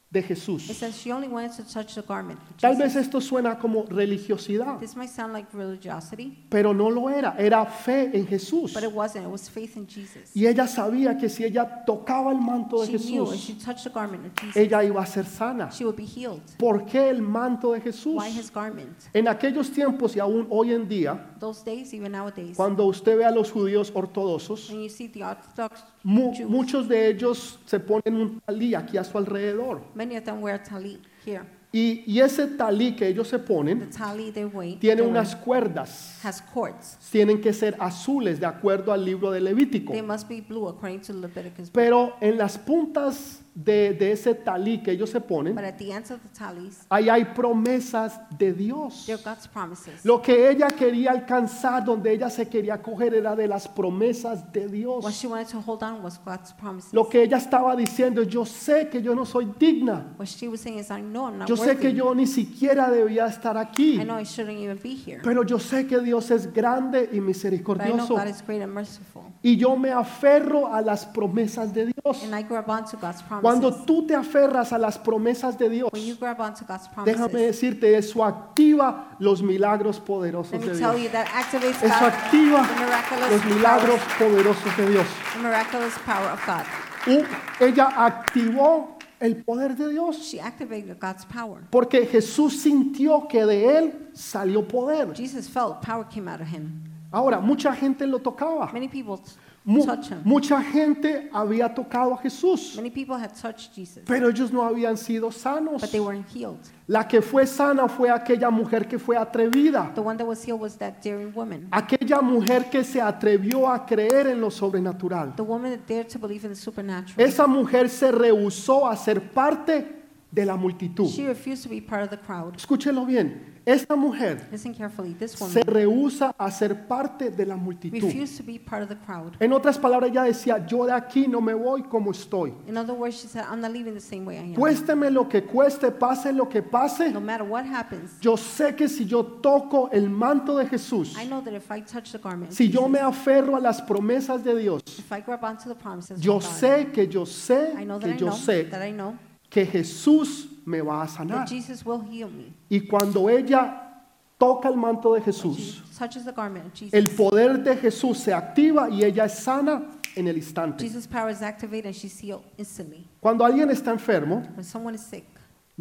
[SPEAKER 1] de Jesús.
[SPEAKER 2] It says she only wanted to touch the garment. of
[SPEAKER 1] Tal
[SPEAKER 2] Jesus.
[SPEAKER 1] vez esto suena como religiosidad,
[SPEAKER 2] This might sound like religiosity,
[SPEAKER 1] pero no lo era, era fe en Jesús.
[SPEAKER 2] but it wasn't. It was faith in Jesus.
[SPEAKER 1] Y ella sabía que si ella tocaba el manto de
[SPEAKER 2] She knew if
[SPEAKER 1] Jesús,
[SPEAKER 2] she touched the garment of Jesus,
[SPEAKER 1] ella iba a ser sana.
[SPEAKER 2] she would be healed.
[SPEAKER 1] ¿Por qué el manto de Jesús?
[SPEAKER 2] Why his garment?
[SPEAKER 1] En aquellos tiempos y aún hoy en día,
[SPEAKER 2] Those days, even nowadays,
[SPEAKER 1] cuando usted ve a los judíos ortodoxos,
[SPEAKER 2] when you see the Orthodox
[SPEAKER 1] mu-
[SPEAKER 2] Jews,
[SPEAKER 1] muchos de ellos se ponen un talí aquí a su alrededor.
[SPEAKER 2] many of them wear talit here.
[SPEAKER 1] Y, y ese talí que ellos se
[SPEAKER 2] The
[SPEAKER 1] ponen
[SPEAKER 2] talit they wear
[SPEAKER 1] tiene
[SPEAKER 2] they wear
[SPEAKER 1] unas cuerdas.
[SPEAKER 2] has cords.
[SPEAKER 1] Tienen que ser azules de acuerdo al libro de Levítico.
[SPEAKER 2] They must be blue according to Leviticus.
[SPEAKER 1] Pero en las puntas de, de ese talí que ellos se
[SPEAKER 2] But
[SPEAKER 1] ponen,
[SPEAKER 2] at the ends of the talis,
[SPEAKER 1] ahí hay promesas de Dios.
[SPEAKER 2] they're God's promises.
[SPEAKER 1] Lo que ella quería alcanzar, donde ella se quería coger, era de las promesas de
[SPEAKER 2] What
[SPEAKER 1] Dios.
[SPEAKER 2] she wanted to hold on was God's promises.
[SPEAKER 1] Lo que ella estaba diciendo, yo sé que yo no soy digna.
[SPEAKER 2] What she was saying is, I know I'm not
[SPEAKER 1] Yo sé que
[SPEAKER 2] worthy.
[SPEAKER 1] yo ni siquiera debía estar aquí.
[SPEAKER 2] I know I shouldn't even be here.
[SPEAKER 1] Pero yo sé que Dios es grande y
[SPEAKER 2] But I know
[SPEAKER 1] misericordioso.
[SPEAKER 2] God is great and merciful.
[SPEAKER 1] Y yo me aferro a las promesas de Dios.
[SPEAKER 2] And I grab onto God's promises.
[SPEAKER 1] Cuando tú te aferras a las promesas de Dios,
[SPEAKER 2] When you grab onto God's promises,
[SPEAKER 1] déjame decirte, eso activa los milagros poderosos
[SPEAKER 2] let
[SPEAKER 1] de
[SPEAKER 2] me tell
[SPEAKER 1] Dios.
[SPEAKER 2] you that activates
[SPEAKER 1] Eso
[SPEAKER 2] God,
[SPEAKER 1] activa
[SPEAKER 2] the miraculous
[SPEAKER 1] los milagros
[SPEAKER 2] powers-
[SPEAKER 1] poderosos de Dios.
[SPEAKER 2] the miraculous power of God.
[SPEAKER 1] Y ella activó el poder de Dios
[SPEAKER 2] She activated God's power.
[SPEAKER 1] porque Jesús sintió que de él salió poder.
[SPEAKER 2] Jesus felt power came out of him.
[SPEAKER 1] Ahora, mucha gente lo tocaba.
[SPEAKER 2] Many people t-
[SPEAKER 1] Mu-
[SPEAKER 2] touched him.
[SPEAKER 1] mucha gente había tocado a Jesús,
[SPEAKER 2] Many people had touched Jesus,
[SPEAKER 1] pero ellos no habían sido sanos.
[SPEAKER 2] but they weren't healed.
[SPEAKER 1] La que fue sana fue aquella mujer que fue atrevida.
[SPEAKER 2] The one that was healed was that daring woman,
[SPEAKER 1] Aquella mujer que se atrevió a creer en lo sobrenatural.
[SPEAKER 2] the woman that dared to believe in the supernatural.
[SPEAKER 1] Esa mujer se rehusó a ser parte de la multitud.
[SPEAKER 2] She refused to be part of the crowd.
[SPEAKER 1] Escúchelo bien. Esta mujer
[SPEAKER 2] Listen carefully. This
[SPEAKER 1] se
[SPEAKER 2] woman
[SPEAKER 1] rehúsa a ser parte de la multitud.
[SPEAKER 2] refused to be part of the crowd.
[SPEAKER 1] En otras palabras, ella decía, yo de aquí no me voy como estoy.
[SPEAKER 2] In other words, she said, I'm not leaving the same way I am.
[SPEAKER 1] Cuésteme lo que cueste, pase lo que pase.
[SPEAKER 2] No matter what happens,
[SPEAKER 1] Yo sé que si yo toco el manto de Jesús,
[SPEAKER 2] I know that if I touch the garment, of
[SPEAKER 1] si yo
[SPEAKER 2] Jesus,
[SPEAKER 1] me aferro a las promesas de Dios,
[SPEAKER 2] if I grab onto the promises,
[SPEAKER 1] yo
[SPEAKER 2] of God,
[SPEAKER 1] sé que yo sé
[SPEAKER 2] I know that
[SPEAKER 1] que
[SPEAKER 2] I
[SPEAKER 1] yo
[SPEAKER 2] know
[SPEAKER 1] sé
[SPEAKER 2] that I know
[SPEAKER 1] que Jesús me va a sanar.
[SPEAKER 2] that Jesus will heal me.
[SPEAKER 1] Y cuando ella toca el manto de
[SPEAKER 2] She
[SPEAKER 1] Jesús,
[SPEAKER 2] touches the garment of Jesus.
[SPEAKER 1] el poder de Jesús se activa y ella es sana en el instante.
[SPEAKER 2] Jesus' power is activated and she's healed instantly.
[SPEAKER 1] Cuando alguien está enfermo,
[SPEAKER 2] When someone is sick,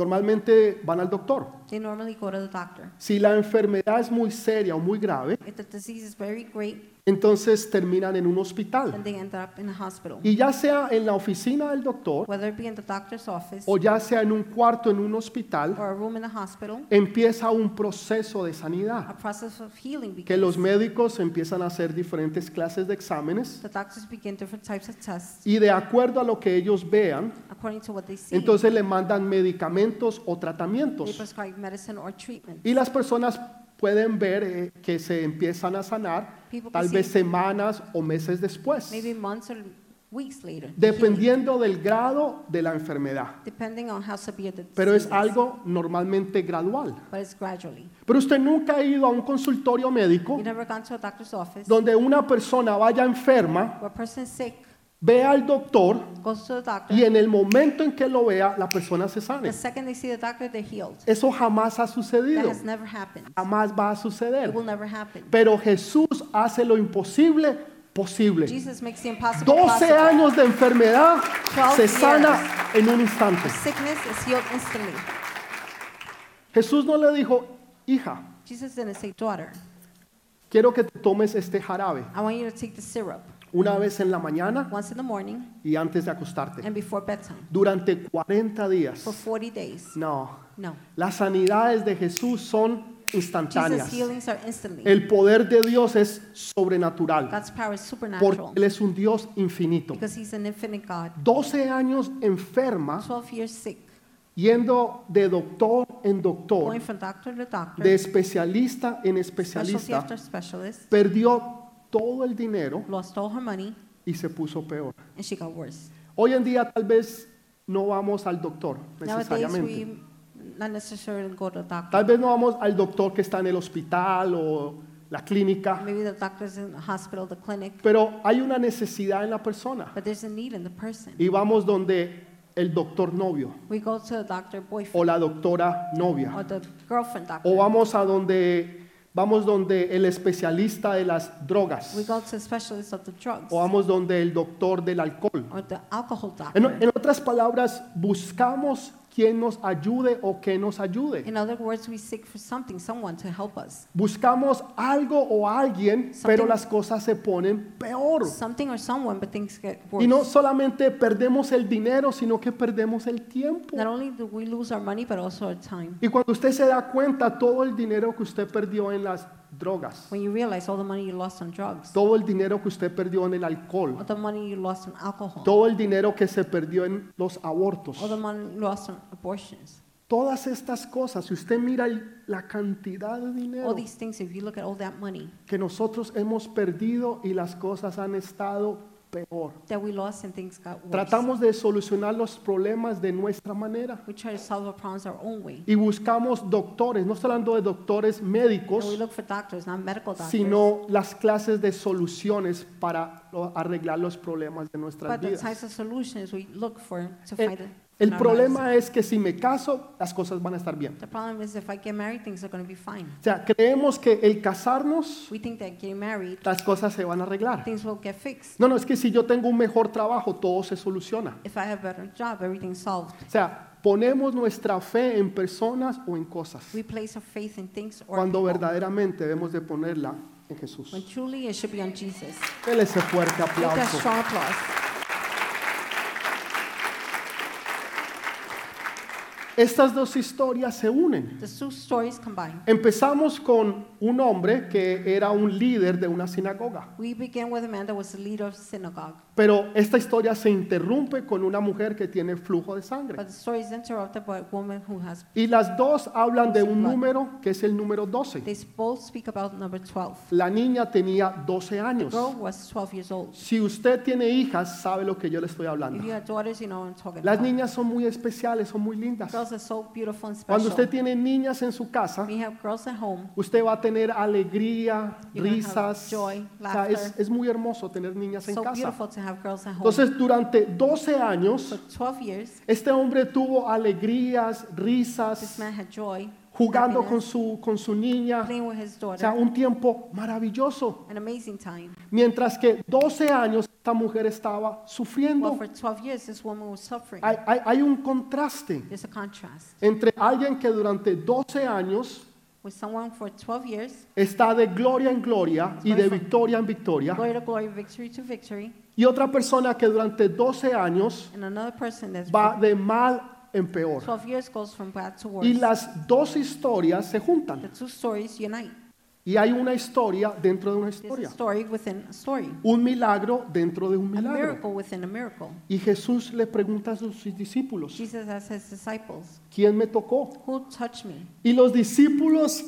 [SPEAKER 1] normalmente van al doctor.
[SPEAKER 2] they normally go to the doctor.
[SPEAKER 1] Si la enfermedad es muy seria o muy grave,
[SPEAKER 2] If the disease is very great,
[SPEAKER 1] entonces terminan en un
[SPEAKER 2] then
[SPEAKER 1] hospital.
[SPEAKER 2] they end up in the hospital.
[SPEAKER 1] Y ya sea en la oficina del doctor
[SPEAKER 2] Whether it be in the doctor's office
[SPEAKER 1] o ya sea en un cuarto en un hospital,
[SPEAKER 2] or a room in the hospital,
[SPEAKER 1] empieza un proceso de
[SPEAKER 2] a
[SPEAKER 1] sanidad,
[SPEAKER 2] process of healing
[SPEAKER 1] que
[SPEAKER 2] begins.
[SPEAKER 1] los médicos empiezan a hacer diferentes clases de exámenes
[SPEAKER 2] The doctors begin different types of tests
[SPEAKER 1] y de acuerdo a lo que ellos vean,
[SPEAKER 2] according to what they see.
[SPEAKER 1] Entonces le mandan medicamentos o
[SPEAKER 2] They
[SPEAKER 1] tratamientos.
[SPEAKER 2] prescribe medicine or treatment.
[SPEAKER 1] Y las personas pueden ver eh, que se empiezan a sanar
[SPEAKER 2] People
[SPEAKER 1] tal
[SPEAKER 2] can
[SPEAKER 1] vez
[SPEAKER 2] see-
[SPEAKER 1] semanas o meses después,
[SPEAKER 2] Maybe months or weeks later. healing,
[SPEAKER 1] dependiendo del grado de la enfermedad.
[SPEAKER 2] Depending on how severe the
[SPEAKER 1] Pero es
[SPEAKER 2] disease is,
[SPEAKER 1] algo normalmente gradual.
[SPEAKER 2] But it's gradually.
[SPEAKER 1] Pero usted nunca ha ido a un consultorio médico
[SPEAKER 2] You never gone to a doctor's office
[SPEAKER 1] donde una persona vaya enferma,
[SPEAKER 2] where a person is sick,
[SPEAKER 1] ve al doctor
[SPEAKER 2] goes to the doctor,
[SPEAKER 1] y en el momento en que lo vea la persona se sane.
[SPEAKER 2] the second they see the doctor, they're healed.
[SPEAKER 1] Eso jamás ha
[SPEAKER 2] That
[SPEAKER 1] sucedido,
[SPEAKER 2] has never happened.
[SPEAKER 1] jamás va a
[SPEAKER 2] It
[SPEAKER 1] suceder.
[SPEAKER 2] will never happen.
[SPEAKER 1] Pero Jesús hace lo imposible posible.
[SPEAKER 2] Jesus makes the impossible
[SPEAKER 1] 12
[SPEAKER 2] possible.
[SPEAKER 1] años de enfermedad se
[SPEAKER 2] 12
[SPEAKER 1] sana en un instante.
[SPEAKER 2] Sickness is healed instantly.
[SPEAKER 1] Jesús no le dijo, hija,
[SPEAKER 2] Jesus didn't say, daughter,
[SPEAKER 1] quiero que te tomes este jarabe
[SPEAKER 2] I want you to take the syrup
[SPEAKER 1] una vez en la mañana
[SPEAKER 2] once in the morning
[SPEAKER 1] y antes de acostarte.
[SPEAKER 2] and before bedtime
[SPEAKER 1] Durante 40
[SPEAKER 2] for
[SPEAKER 1] días.
[SPEAKER 2] 40 days.
[SPEAKER 1] No,
[SPEAKER 2] No.
[SPEAKER 1] las sanidades de Jesús son
[SPEAKER 2] Jesus'
[SPEAKER 1] instantáneas.
[SPEAKER 2] healings are instantly.
[SPEAKER 1] El poder de Dios es sobrenatural
[SPEAKER 2] God's power is
[SPEAKER 1] porque
[SPEAKER 2] supernatural
[SPEAKER 1] Él es un Dios infinito.
[SPEAKER 2] because He's an infinite God.
[SPEAKER 1] 12 años enferma
[SPEAKER 2] 12 years sick,
[SPEAKER 1] yendo de doctor en doctor,
[SPEAKER 2] going from doctor to
[SPEAKER 1] de
[SPEAKER 2] doctor,
[SPEAKER 1] especialista en
[SPEAKER 2] specialty
[SPEAKER 1] especialista,
[SPEAKER 2] after specialist,
[SPEAKER 1] perdió todo el dinero
[SPEAKER 2] lost all her money,
[SPEAKER 1] y se puso peor.
[SPEAKER 2] and she got worse.
[SPEAKER 1] Hoy en día tal vez no vamos al doctor
[SPEAKER 2] Nowadays,
[SPEAKER 1] necesariamente.
[SPEAKER 2] we not necessarily go to a doctor.
[SPEAKER 1] Tal vez no vamos al doctor que está en el hospital o la clínica,
[SPEAKER 2] Maybe the doctor's in the hospital, the clinic,
[SPEAKER 1] pero hay una necesidad en la persona
[SPEAKER 2] but there's a need in the person.
[SPEAKER 1] y vamos donde el doctor novio
[SPEAKER 2] We go to the doctor boyfriend
[SPEAKER 1] o la doctora
[SPEAKER 2] or
[SPEAKER 1] novia
[SPEAKER 2] the girlfriend
[SPEAKER 1] o
[SPEAKER 2] doctor.
[SPEAKER 1] vamos a donde vamos donde el especialista de las drogas
[SPEAKER 2] We go to the specialist of the drugs
[SPEAKER 1] o vamos donde el doctor del alcohol.
[SPEAKER 2] or the alcohol
[SPEAKER 1] En,
[SPEAKER 2] doctor.
[SPEAKER 1] en otras palabras, buscamos quien nos ayude o que nos ayude.
[SPEAKER 2] In other words, we seek for something, someone to help us.
[SPEAKER 1] Buscamos algo o alguien, pero las cosas se ponen peor.
[SPEAKER 2] Something or someone, but things get
[SPEAKER 1] Y no
[SPEAKER 2] worse.
[SPEAKER 1] solamente perdemos el dinero, sino que perdemos el tiempo.
[SPEAKER 2] Not only do we lose our money, but also our time.
[SPEAKER 1] Y cuando usted se da cuenta, todo el dinero que usted perdió en las drogas,
[SPEAKER 2] When you realize all the money you lost on drugs,
[SPEAKER 1] todo el dinero que usted perdió en el
[SPEAKER 2] all
[SPEAKER 1] alcohol,
[SPEAKER 2] the money you lost on alcohol,
[SPEAKER 1] todo el dinero que se perdió en los abortos,
[SPEAKER 2] all the money you lost on abortions,
[SPEAKER 1] todas estas cosas, si usted mira el- la cantidad de
[SPEAKER 2] all
[SPEAKER 1] dinero
[SPEAKER 2] these things, if you look at all that money
[SPEAKER 1] que nosotros hemos perdido y las cosas han estado peor.
[SPEAKER 2] that we lost and things got worse.
[SPEAKER 1] Tratamos de solucionar los problemas de nuestra manera
[SPEAKER 2] we try to solve our problems our own way.
[SPEAKER 1] y buscamos doctores, no estoy hablando de doctores
[SPEAKER 2] And we
[SPEAKER 1] médicos,
[SPEAKER 2] look for doctors, not medical doctors,
[SPEAKER 1] sino las clases de soluciones para lo- arreglar los problemas de nuestras
[SPEAKER 2] but the
[SPEAKER 1] vidas.
[SPEAKER 2] types of solutions we look for to find
[SPEAKER 1] El,
[SPEAKER 2] it. in
[SPEAKER 1] Eh, el
[SPEAKER 2] our lives.
[SPEAKER 1] problema es que si me caso, las cosas van a estar bien.
[SPEAKER 2] The problem is if I get married, things are going to be fine.
[SPEAKER 1] O sea, creemos que el casarnos,
[SPEAKER 2] We think that getting married,
[SPEAKER 1] las cosas se van a arreglar.
[SPEAKER 2] things will get fixed.
[SPEAKER 1] No, no, es que si yo tengo un mejor trabajo, todo se soluciona.
[SPEAKER 2] If I have a better job, everything's solved.
[SPEAKER 1] O sea, ponemos nuestra fe en personas o en cosas,
[SPEAKER 2] We place our faith in things or
[SPEAKER 1] cuando
[SPEAKER 2] people.
[SPEAKER 1] verdaderamente debemos de ponerla en Jesús.
[SPEAKER 2] When truly it should be on Jesus.
[SPEAKER 1] Dele ese fuerte
[SPEAKER 2] Give us
[SPEAKER 1] aplauso.
[SPEAKER 2] strong applause.
[SPEAKER 1] Estas dos historias se unen.
[SPEAKER 2] The two stories combined.
[SPEAKER 1] Empezamos con un hombre que era un líder de una sinagoga,
[SPEAKER 2] We begin with a man that was the leader of the synagogue,
[SPEAKER 1] pero esta historia se interrumpe con una mujer que tiene flujo de sangre.
[SPEAKER 2] but the story is interrupted by a woman who has.
[SPEAKER 1] Y las dos hablan de un número que es el número 12.
[SPEAKER 2] They both speak about number 12.
[SPEAKER 1] La niña tenía 12
[SPEAKER 2] The girl
[SPEAKER 1] años.
[SPEAKER 2] was 12 years old.
[SPEAKER 1] Si usted tiene hijas, sabe lo que yo le estoy
[SPEAKER 2] If
[SPEAKER 1] hablando.
[SPEAKER 2] you have daughters, you know what I'm talking
[SPEAKER 1] Las
[SPEAKER 2] about.
[SPEAKER 1] niñas son muy especiales, son muy lindas.
[SPEAKER 2] Girls are so beautiful and special.
[SPEAKER 1] Cuando usted tiene niñas en su casa,
[SPEAKER 2] we have girls at home.
[SPEAKER 1] usted va a tener alegría,
[SPEAKER 2] You're gonna have
[SPEAKER 1] risas.
[SPEAKER 2] joy,
[SPEAKER 1] O sea, es,
[SPEAKER 2] laughter.
[SPEAKER 1] es muy hermoso tener niñas en
[SPEAKER 2] So
[SPEAKER 1] casa.
[SPEAKER 2] beautiful to have girls at home.
[SPEAKER 1] Entonces, durante 12
[SPEAKER 2] For
[SPEAKER 1] años,
[SPEAKER 2] 12 years,
[SPEAKER 1] este hombre tuvo alegrías,
[SPEAKER 2] this
[SPEAKER 1] risas,
[SPEAKER 2] man had joy,
[SPEAKER 1] jugando con
[SPEAKER 2] happiness,
[SPEAKER 1] su, con su niña.
[SPEAKER 2] playing with his
[SPEAKER 1] O
[SPEAKER 2] daughter.
[SPEAKER 1] sea, un tiempo maravilloso.
[SPEAKER 2] An amazing time.
[SPEAKER 1] Mientras que 12 años esta mujer estaba
[SPEAKER 2] Well,
[SPEAKER 1] sufriendo.
[SPEAKER 2] for 12 years, this woman was suffering.
[SPEAKER 1] Hay- hay- hay un contraste.
[SPEAKER 2] There's a contrast
[SPEAKER 1] entre alguien que durante 12 años
[SPEAKER 2] with someone for 12 years,
[SPEAKER 1] está de gloria en gloria y de victoria en victoria
[SPEAKER 2] glory to glory, victory to victory,
[SPEAKER 1] y otra persona que durante 12 años
[SPEAKER 2] and another person that's
[SPEAKER 1] va de mal en peor.
[SPEAKER 2] 12 years goes from bad to worse.
[SPEAKER 1] Y las dos historias se
[SPEAKER 2] the
[SPEAKER 1] juntan
[SPEAKER 2] two stories unite.
[SPEAKER 1] y hay una historia dentro de una
[SPEAKER 2] There's a
[SPEAKER 1] historia,
[SPEAKER 2] story within a story,
[SPEAKER 1] un milagro dentro de un
[SPEAKER 2] a
[SPEAKER 1] milagro.
[SPEAKER 2] miracle within a miracle.
[SPEAKER 1] Y Jesús le pregunta a sus discípulos,
[SPEAKER 2] Jesus asked his disciples,
[SPEAKER 1] ¿quién me tocó?
[SPEAKER 2] Who touched me?
[SPEAKER 1] Y los discípulos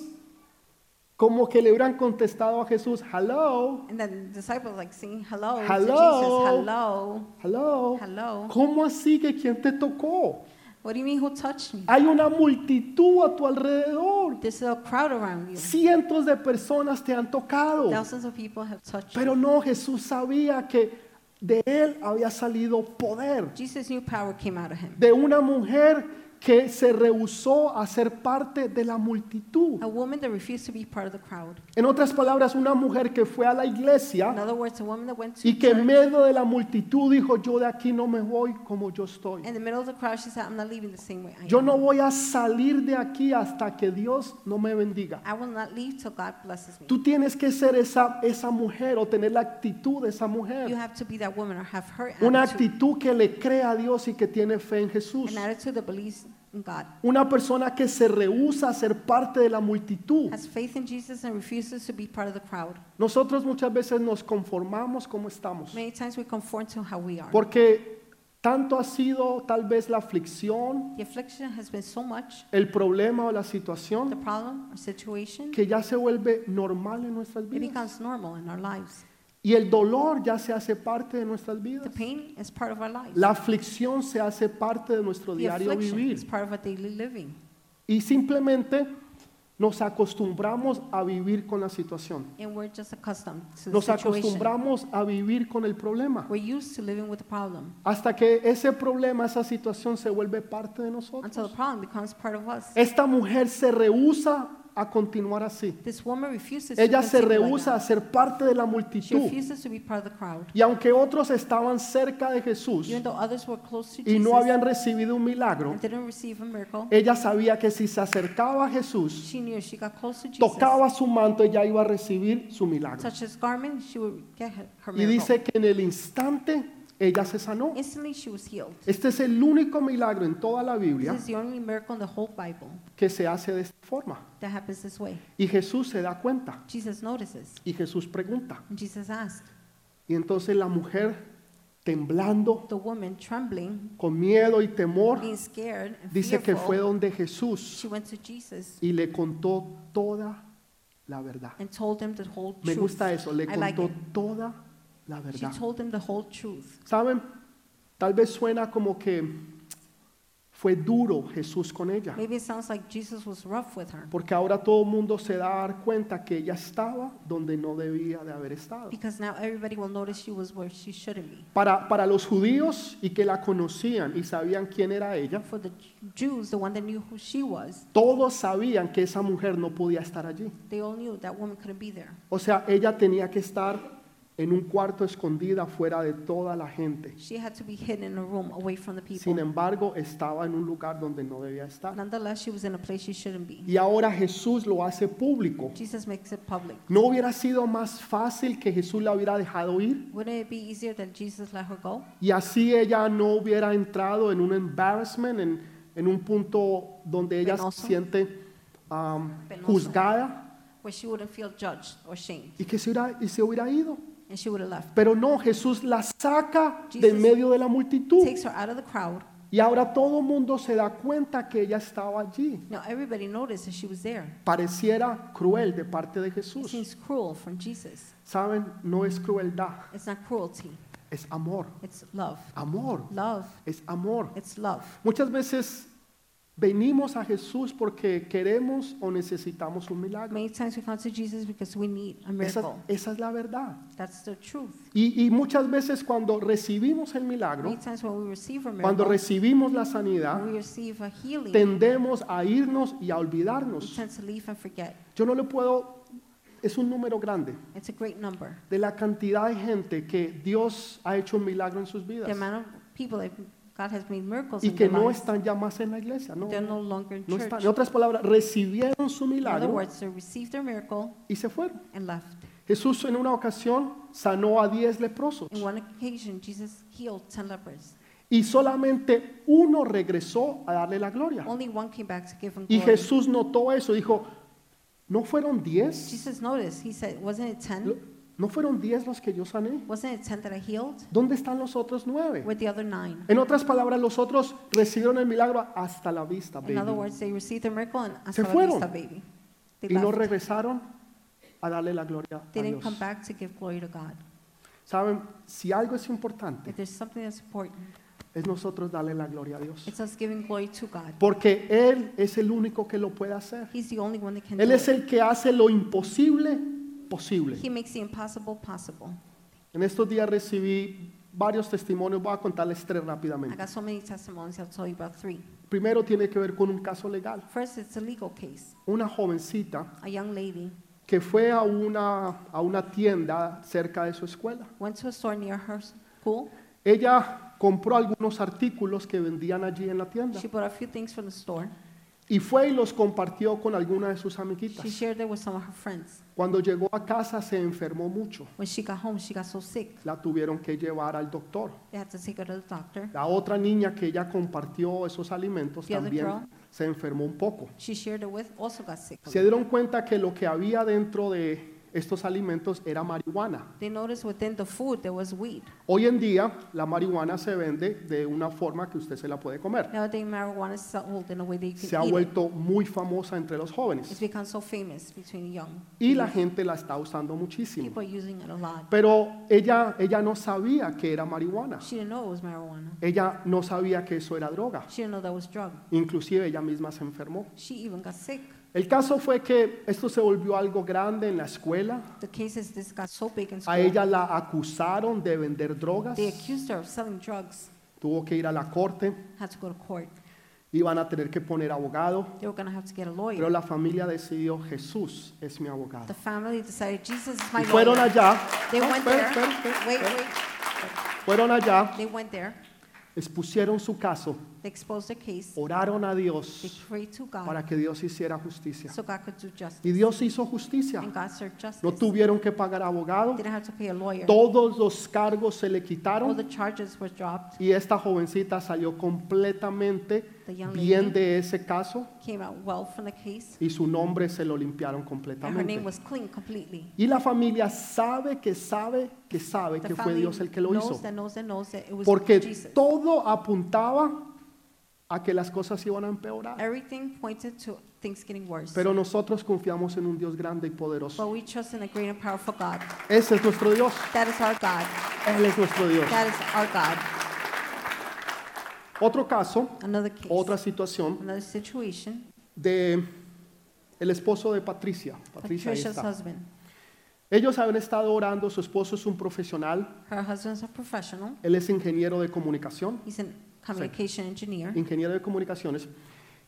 [SPEAKER 1] como que le hubieran contestado a Jesús, hello,
[SPEAKER 2] And then the disciples like singing hello, to Jesus,
[SPEAKER 1] Hello.
[SPEAKER 2] hello,
[SPEAKER 1] hello,
[SPEAKER 2] hello.
[SPEAKER 1] ¿Cómo así que quién te tocó?
[SPEAKER 2] What do you mean who touched me?
[SPEAKER 1] Hay una multitud a tu alrededor.
[SPEAKER 2] There's a crowd around you.
[SPEAKER 1] Cientos de personas te han tocado.
[SPEAKER 2] Thousands of people have touched you.
[SPEAKER 1] Pero no, Jesús sabía que de él había salido poder.
[SPEAKER 2] Jesus knew power came out of him.
[SPEAKER 1] De una mujer que se rehusó a ser parte de la multitud.
[SPEAKER 2] A woman that refused to be part of the crowd.
[SPEAKER 1] En otras palabras, una mujer que fue a la
[SPEAKER 2] In
[SPEAKER 1] iglesia
[SPEAKER 2] other words, a woman that went to
[SPEAKER 1] y que en
[SPEAKER 2] church,
[SPEAKER 1] medio de la multitud dijo, yo de aquí no me voy como yo estoy.
[SPEAKER 2] in the middle of the crowd, she said, I'm not leaving the same way I
[SPEAKER 1] Yo
[SPEAKER 2] am.
[SPEAKER 1] no voy a salir de aquí hasta que Dios no me bendiga.
[SPEAKER 2] I will not leave till God blesses me.
[SPEAKER 1] Tú tienes que ser esa, esa mujer o tener la actitud de esa
[SPEAKER 2] You
[SPEAKER 1] mujer.
[SPEAKER 2] have to be that woman or have her attitude,
[SPEAKER 1] Una actitud que le cree a Dios y que tiene fe en Jesús.
[SPEAKER 2] an attitude that believes in God,
[SPEAKER 1] Una persona que se rehúsa a ser parte de la multitud.
[SPEAKER 2] has faith in Jesus and refuses to be part of the crowd.
[SPEAKER 1] Nosotros muchas veces nos conformamos como estamos.
[SPEAKER 2] Many times we conform to how we are.
[SPEAKER 1] Porque tanto ha sido tal vez la aflicción,
[SPEAKER 2] The affliction has been so much,
[SPEAKER 1] el problema o la
[SPEAKER 2] the
[SPEAKER 1] situación,
[SPEAKER 2] problem or situation,
[SPEAKER 1] que ya se vuelve normal en nuestras
[SPEAKER 2] it
[SPEAKER 1] vidas.
[SPEAKER 2] becomes normal in our lives.
[SPEAKER 1] Y el dolor ya se hace parte de nuestras
[SPEAKER 2] The
[SPEAKER 1] vidas.
[SPEAKER 2] pain is part of our lives.
[SPEAKER 1] La aflicción se hace parte de nuestro
[SPEAKER 2] The
[SPEAKER 1] diario
[SPEAKER 2] affliction is
[SPEAKER 1] vivir.
[SPEAKER 2] part of our daily living.
[SPEAKER 1] Y simplemente nos acostumbramos a vivir con la situación.
[SPEAKER 2] And we're just accustomed to the
[SPEAKER 1] Nos
[SPEAKER 2] situation.
[SPEAKER 1] acostumbramos a vivir con el problema.
[SPEAKER 2] We're used to living with the problem
[SPEAKER 1] Hasta que ese problema, esa situación se vuelve parte de
[SPEAKER 2] until
[SPEAKER 1] nosotros.
[SPEAKER 2] the problem becomes part of us.
[SPEAKER 1] Esta mujer se rehúsa a continuar así.
[SPEAKER 2] This woman refuses
[SPEAKER 1] Ella
[SPEAKER 2] to
[SPEAKER 1] se
[SPEAKER 2] continue like
[SPEAKER 1] rehúsa a
[SPEAKER 2] that.
[SPEAKER 1] ser parte de la
[SPEAKER 2] She
[SPEAKER 1] multitud.
[SPEAKER 2] refuses to be part of the crowd.
[SPEAKER 1] Y aunque otros estaban cerca de Jesús
[SPEAKER 2] Even though others were close to
[SPEAKER 1] y
[SPEAKER 2] Jesus
[SPEAKER 1] no Eh, habían recibido un milagro,
[SPEAKER 2] and didn't receive a miracle,
[SPEAKER 1] ella sabía que si se acercaba a Jesús,
[SPEAKER 2] she knew she got close to Jesus.
[SPEAKER 1] tocaba su manto, ella iba a recibir su milagro.
[SPEAKER 2] Touch his garment, she would get her, her
[SPEAKER 1] Y
[SPEAKER 2] miracle.
[SPEAKER 1] dice que en el instante ella se sanó.
[SPEAKER 2] Instantly she was healed.
[SPEAKER 1] Este es el único milagro en toda la Biblia
[SPEAKER 2] This is the only miracle in the whole Bible
[SPEAKER 1] que se hace de esta forma.
[SPEAKER 2] that happens this way.
[SPEAKER 1] Y Jesús se da cuenta
[SPEAKER 2] Jesus notices.
[SPEAKER 1] y Jesús pregunta.
[SPEAKER 2] And Jesus asked
[SPEAKER 1] Y entonces la mujer, temblando,
[SPEAKER 2] the woman, trembling,
[SPEAKER 1] con miedo y temor,
[SPEAKER 2] being scared and
[SPEAKER 1] dice que
[SPEAKER 2] fearful,
[SPEAKER 1] fue donde Jesús
[SPEAKER 2] she went to Jesus
[SPEAKER 1] y le contó toda la verdad.
[SPEAKER 2] and told him the whole
[SPEAKER 1] Me
[SPEAKER 2] truth.
[SPEAKER 1] gusta eso, le
[SPEAKER 2] I like
[SPEAKER 1] contó
[SPEAKER 2] it.
[SPEAKER 1] toda la
[SPEAKER 2] She
[SPEAKER 1] verdad.
[SPEAKER 2] told him the whole truth.
[SPEAKER 1] ¿Saben? Tal vez suena como que fue duro Jesús con ella,
[SPEAKER 2] Maybe it sounds like Jesus was rough with her
[SPEAKER 1] porque ahora todo el mundo se da a dar cuenta que ella estaba donde no debía de haber estado.
[SPEAKER 2] because now everybody will notice she was where she shouldn't be.
[SPEAKER 1] Para, para los judíos y que la conocían y sabían quién era ella,
[SPEAKER 2] For the Jews, the one that knew who she was,
[SPEAKER 1] todos sabían que esa mujer no podía estar allí.
[SPEAKER 2] they all knew that woman couldn't be there.
[SPEAKER 1] O sea, ella tenía que estar en un cuarto escondida fuera de toda la gente.
[SPEAKER 2] She had to be hidden in a room away from the
[SPEAKER 1] Sin
[SPEAKER 2] people.
[SPEAKER 1] embargo, estaba en un lugar donde no debía estar.
[SPEAKER 2] Nonetheless, she was in a place she shouldn't be.
[SPEAKER 1] Y ahora Jesús lo hace público.
[SPEAKER 2] Jesus makes it public.
[SPEAKER 1] ¿No hubiera sido más fácil que Jesús la hubiera dejado ir?
[SPEAKER 2] Wouldn't it be easier that Jesus let her go?
[SPEAKER 1] Y así ella no hubiera entrado en un embarrassment, en, en un punto donde ella
[SPEAKER 2] Penoso.
[SPEAKER 1] se siente um,
[SPEAKER 2] Penoso.
[SPEAKER 1] juzgada
[SPEAKER 2] Where she wouldn't feel judged or shamed,
[SPEAKER 1] y que se hubiera, y se hubiera ido.
[SPEAKER 2] and she would have left.
[SPEAKER 1] Pero no, Jesús la saca de
[SPEAKER 2] Jesus
[SPEAKER 1] medio de la multitud.
[SPEAKER 2] Takes her out of the crowd.
[SPEAKER 1] Y ahora todo el mundo se da cuenta que ella estaba allí.
[SPEAKER 2] Now everybody noticed that she was there.
[SPEAKER 1] Pareciera cruel de parte de
[SPEAKER 2] It
[SPEAKER 1] Jesús.
[SPEAKER 2] seems cruel from Jesus.
[SPEAKER 1] Saben, no es crueldad,
[SPEAKER 2] It's not cruelty.
[SPEAKER 1] es amor.
[SPEAKER 2] It's love.
[SPEAKER 1] Amor,
[SPEAKER 2] Love.
[SPEAKER 1] es amor.
[SPEAKER 2] It's love.
[SPEAKER 1] Muchas veces venimos a Jesús porque queremos o necesitamos un milagro.
[SPEAKER 2] Many times we come to Jesus because we need a
[SPEAKER 1] Esa,
[SPEAKER 2] miracle.
[SPEAKER 1] esa es la verdad.
[SPEAKER 2] That's the truth.
[SPEAKER 1] Y, y muchas veces cuando recibimos el
[SPEAKER 2] Many
[SPEAKER 1] milagro,
[SPEAKER 2] times when we receive a
[SPEAKER 1] cuando
[SPEAKER 2] miracle,
[SPEAKER 1] recibimos la
[SPEAKER 2] when
[SPEAKER 1] sanidad,
[SPEAKER 2] we receive a healing,
[SPEAKER 1] tendemos a irnos y a
[SPEAKER 2] we
[SPEAKER 1] olvidarnos.
[SPEAKER 2] tend to leave and forget.
[SPEAKER 1] Yo no le puedo, es un número grande.
[SPEAKER 2] It's a great number.
[SPEAKER 1] de la cantidad de gente que Dios ha hecho un milagro en sus
[SPEAKER 2] The
[SPEAKER 1] vidas
[SPEAKER 2] amount of people that God has made miracles
[SPEAKER 1] y
[SPEAKER 2] in
[SPEAKER 1] que
[SPEAKER 2] their
[SPEAKER 1] no
[SPEAKER 2] lives,
[SPEAKER 1] están ya más en la iglesia, no,
[SPEAKER 2] they're no longer in
[SPEAKER 1] no están.
[SPEAKER 2] church.
[SPEAKER 1] En otras palabras, recibieron su
[SPEAKER 2] In other
[SPEAKER 1] milagro
[SPEAKER 2] words, they received their miracle
[SPEAKER 1] y se fueron.
[SPEAKER 2] and left.
[SPEAKER 1] Jesús en una ocasión sanó a 10 leprosos
[SPEAKER 2] In one occasion, Jesus healed 10 lepers.
[SPEAKER 1] y solamente uno regresó a darle la gloria.
[SPEAKER 2] Only one came back to give him
[SPEAKER 1] Y
[SPEAKER 2] glory.
[SPEAKER 1] Jesús notó eso, dijo, ¿no fueron 10?
[SPEAKER 2] Jesus noticed. He said, Wasn't it 10?
[SPEAKER 1] ¿No fueron 10 los que yo sané?
[SPEAKER 2] Wasn't it 10 that I healed?
[SPEAKER 1] ¿Dónde están los otros 9?
[SPEAKER 2] With the other nine.
[SPEAKER 1] En otras palabras, los otros recibieron el milagro hasta la vista,
[SPEAKER 2] In other
[SPEAKER 1] baby.
[SPEAKER 2] words, they received their miracle and
[SPEAKER 1] Se
[SPEAKER 2] hasta la
[SPEAKER 1] fueron.
[SPEAKER 2] vista, baby. They
[SPEAKER 1] y no
[SPEAKER 2] left.
[SPEAKER 1] regresaron a darle la gloria a
[SPEAKER 2] They didn't come
[SPEAKER 1] Dios.
[SPEAKER 2] back to give glory to God.
[SPEAKER 1] Saben, si algo es
[SPEAKER 2] If
[SPEAKER 1] importante
[SPEAKER 2] there's something that's important,
[SPEAKER 1] es nosotros darle la gloria a Dios,
[SPEAKER 2] it's us giving glory to God.
[SPEAKER 1] porque él es el único que lo puede hacer.
[SPEAKER 2] He's the only one that can
[SPEAKER 1] Él
[SPEAKER 2] do
[SPEAKER 1] es
[SPEAKER 2] it.
[SPEAKER 1] el que hace lo imposible posible.
[SPEAKER 2] He makes the impossible possible.
[SPEAKER 1] En estos días recibí varios testimonios, voy a contarles tres
[SPEAKER 2] I
[SPEAKER 1] rápidamente.
[SPEAKER 2] got so many testimonies, I'll tell you about three.
[SPEAKER 1] Primero tiene que ver con un caso legal.
[SPEAKER 2] First, it's a legal case.
[SPEAKER 1] Una jovencita
[SPEAKER 2] A young lady
[SPEAKER 1] que fue a una, a una tienda cerca de su escuela.
[SPEAKER 2] went to a store near her school.
[SPEAKER 1] Ella compró algunos artículos que vendían allí en la tienda.
[SPEAKER 2] She bought a few things from the store.
[SPEAKER 1] Y fue y los compartió con alguna de sus
[SPEAKER 2] She
[SPEAKER 1] amiguitas.
[SPEAKER 2] shared it with some of her friends.
[SPEAKER 1] Cuando llegó a casa se enfermó mucho.
[SPEAKER 2] When she got home, she got so sick,
[SPEAKER 1] La tuvieron que llevar al doctor.
[SPEAKER 2] they had to take her to the doctor.
[SPEAKER 1] La otra niña que ella compartió esos alimentos
[SPEAKER 2] The other
[SPEAKER 1] también
[SPEAKER 2] girl.
[SPEAKER 1] se enfermó un poco.
[SPEAKER 2] She shared it with, also got sick.
[SPEAKER 1] Se dieron cuenta que lo que había dentro de estos alimentos era marihuana.
[SPEAKER 2] They noticed within the food there was weed.
[SPEAKER 1] Hoy en día la marihuana se vende de una forma que usted se la puede comer.
[SPEAKER 2] Nowadays, marijuana is sold in a way that you
[SPEAKER 1] Se ha
[SPEAKER 2] can eat it.
[SPEAKER 1] vuelto muy famosa entre los
[SPEAKER 2] It's
[SPEAKER 1] jóvenes
[SPEAKER 2] become so famous between young.
[SPEAKER 1] y la
[SPEAKER 2] youth.
[SPEAKER 1] gente la está usando muchísimo.
[SPEAKER 2] People are using it a lot.
[SPEAKER 1] Pero ella, ella no sabía que era marihuana.
[SPEAKER 2] She didn't know it was marijuana.
[SPEAKER 1] Ella no sabía que eso era droga.
[SPEAKER 2] She didn't know that was drug.
[SPEAKER 1] Inclusive ella misma se enfermó.
[SPEAKER 2] She even got sick.
[SPEAKER 1] El caso fue que esto se volvió algo grande en la escuela.
[SPEAKER 2] The case is this got so big in
[SPEAKER 1] A
[SPEAKER 2] school.
[SPEAKER 1] ella la acusaron de vender drogas.
[SPEAKER 2] They accused her of selling drugs.
[SPEAKER 1] Tuvo que ir a la corte.
[SPEAKER 2] Had to go to court.
[SPEAKER 1] Iban a tener que poner abogado.
[SPEAKER 2] They were gonna have to get a
[SPEAKER 1] Pero
[SPEAKER 2] lawyer.
[SPEAKER 1] la familia decidió, Jesús es mi abogado.
[SPEAKER 2] The family decided Jesus is my
[SPEAKER 1] Y fueron
[SPEAKER 2] lawyer.
[SPEAKER 1] allá.
[SPEAKER 2] They
[SPEAKER 1] No,
[SPEAKER 2] went
[SPEAKER 1] espera,
[SPEAKER 2] there.
[SPEAKER 1] espera, espera,
[SPEAKER 2] Wait,
[SPEAKER 1] espera.
[SPEAKER 2] wait.
[SPEAKER 1] Fueron allá,
[SPEAKER 2] They went there.
[SPEAKER 1] expusieron su caso,
[SPEAKER 2] They exposed their case.
[SPEAKER 1] oraron a
[SPEAKER 2] They
[SPEAKER 1] Dios
[SPEAKER 2] prayed to God
[SPEAKER 1] para que Dios hiciera justicia.
[SPEAKER 2] so God could do justice.
[SPEAKER 1] Y Dios hizo justicia.
[SPEAKER 2] And God served
[SPEAKER 1] No
[SPEAKER 2] justice.
[SPEAKER 1] tuvieron que pagar abogado.
[SPEAKER 2] Didn't have to pay a lawyer.
[SPEAKER 1] Todos los cargos se le
[SPEAKER 2] All the
[SPEAKER 1] quitaron
[SPEAKER 2] charges were dropped.
[SPEAKER 1] y esta jovencita salió completamente
[SPEAKER 2] The young
[SPEAKER 1] bien
[SPEAKER 2] lady.
[SPEAKER 1] de ese caso
[SPEAKER 2] Came out well from the case.
[SPEAKER 1] y su nombre se lo limpiaron
[SPEAKER 2] And her name
[SPEAKER 1] completamente.
[SPEAKER 2] was clean completely.
[SPEAKER 1] Y la familia sabe que sabe que sabe que
[SPEAKER 2] The
[SPEAKER 1] fue
[SPEAKER 2] family
[SPEAKER 1] Dios el que lo hizo.
[SPEAKER 2] knows that knows that knows that it was
[SPEAKER 1] Porque
[SPEAKER 2] Jesus.
[SPEAKER 1] todo apuntaba a que las cosas iban a empeorar.
[SPEAKER 2] Everything pointed to things getting worse.
[SPEAKER 1] Pero nosotros confiamos en un Dios grande y
[SPEAKER 2] But
[SPEAKER 1] poderoso.
[SPEAKER 2] we trust in a great and powerful God.
[SPEAKER 1] Ese es nuestro Dios.
[SPEAKER 2] That is our God.
[SPEAKER 1] Él es nuestro Dios.
[SPEAKER 2] That is our God.
[SPEAKER 1] Otro caso,
[SPEAKER 2] Another case.
[SPEAKER 1] otra situación
[SPEAKER 2] Another situation.
[SPEAKER 1] de el esposo de Patricia. Patricia ahí
[SPEAKER 2] Patricia's
[SPEAKER 1] está.
[SPEAKER 2] husband.
[SPEAKER 1] Ellos habían estado orando, su esposo es un profesional,
[SPEAKER 2] Her husband's a professional.
[SPEAKER 1] él es ingeniero de comunicación,
[SPEAKER 2] He's a communication engineer.
[SPEAKER 1] ingeniero de comunicaciones,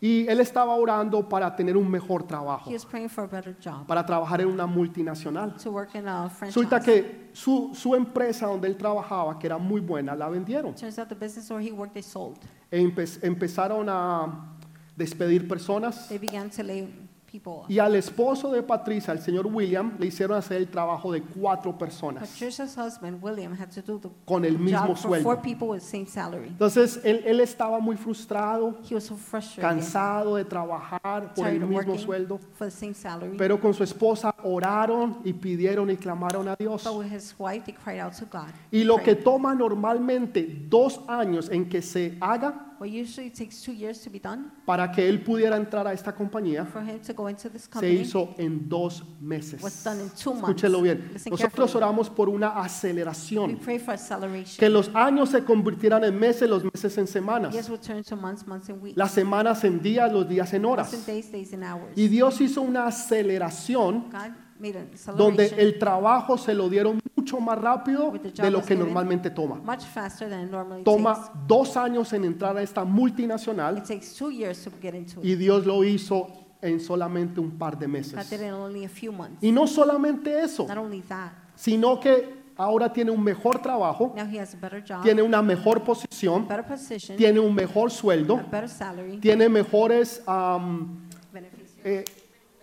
[SPEAKER 1] y él estaba orando para tener un mejor trabajo,
[SPEAKER 2] He is praying for a better job.
[SPEAKER 1] para trabajar en una multinacional.
[SPEAKER 2] To work in a franchise.
[SPEAKER 1] Resulta que su, su empresa donde él trabajaba, que era muy buena, la vendieron.
[SPEAKER 2] Turns out the business where he worked, they sold.
[SPEAKER 1] E empe- empezaron a despedir personas
[SPEAKER 2] They began to lay people off.
[SPEAKER 1] y al esposo de Patricia, el señor William, le hicieron hacer el trabajo de cuatro personas
[SPEAKER 2] Patricia's husband, William, had to do the
[SPEAKER 1] con el mismo
[SPEAKER 2] job for four
[SPEAKER 1] sueldo.
[SPEAKER 2] people with the same salary.
[SPEAKER 1] Entonces él, él estaba muy frustrado,
[SPEAKER 2] He was so frustrated.
[SPEAKER 1] cansado de trabajar por
[SPEAKER 2] tired
[SPEAKER 1] el
[SPEAKER 2] of
[SPEAKER 1] mismo
[SPEAKER 2] working
[SPEAKER 1] sueldo,
[SPEAKER 2] for the same salary.
[SPEAKER 1] pero con su esposa oraron y pidieron y clamaron a Dios.
[SPEAKER 2] But with his wife, they cried out to God.
[SPEAKER 1] Y lo que
[SPEAKER 2] prayed.
[SPEAKER 1] toma normalmente dos años en que se haga
[SPEAKER 2] what usually takes two years to be done
[SPEAKER 1] para que él pudiera entrar a esta compañía,
[SPEAKER 2] for him to go into this
[SPEAKER 1] se
[SPEAKER 2] company
[SPEAKER 1] hizo en dos meses.
[SPEAKER 2] was done in two months.
[SPEAKER 1] Escúchelo bien.
[SPEAKER 2] Listen
[SPEAKER 1] Nosotros
[SPEAKER 2] carefully.
[SPEAKER 1] oramos por una
[SPEAKER 2] We
[SPEAKER 1] aceleración,
[SPEAKER 2] pray for acceleration.
[SPEAKER 1] que los años se convirtieran en meses, los meses en
[SPEAKER 2] Years
[SPEAKER 1] semanas,
[SPEAKER 2] will turn to months, months and weeks.
[SPEAKER 1] las semanas en días, los días en
[SPEAKER 2] months and
[SPEAKER 1] horas.
[SPEAKER 2] days, days and hours. Oh,
[SPEAKER 1] Y Dios hizo una aceleración
[SPEAKER 2] God made an
[SPEAKER 1] donde
[SPEAKER 2] acceleration
[SPEAKER 1] el trabajo se lo dieron mucho más rápido de lo que normalmente toma.
[SPEAKER 2] much faster than it normally
[SPEAKER 1] Toma dos años en entrar a esta multinacional
[SPEAKER 2] takes. It takes two years to get into it.
[SPEAKER 1] y Dios lo hizo en solamente un par de
[SPEAKER 2] God did
[SPEAKER 1] meses.
[SPEAKER 2] it in only a few months.
[SPEAKER 1] Y no solamente eso,
[SPEAKER 2] Not only that,
[SPEAKER 1] sino que ahora tiene un mejor trabajo,
[SPEAKER 2] now he has a better job,
[SPEAKER 1] tiene una mejor posición,
[SPEAKER 2] better position,
[SPEAKER 1] tiene un mejor
[SPEAKER 2] a
[SPEAKER 1] sueldo,
[SPEAKER 2] better salary,
[SPEAKER 1] tiene mejores am,
[SPEAKER 2] benefits,
[SPEAKER 1] eh,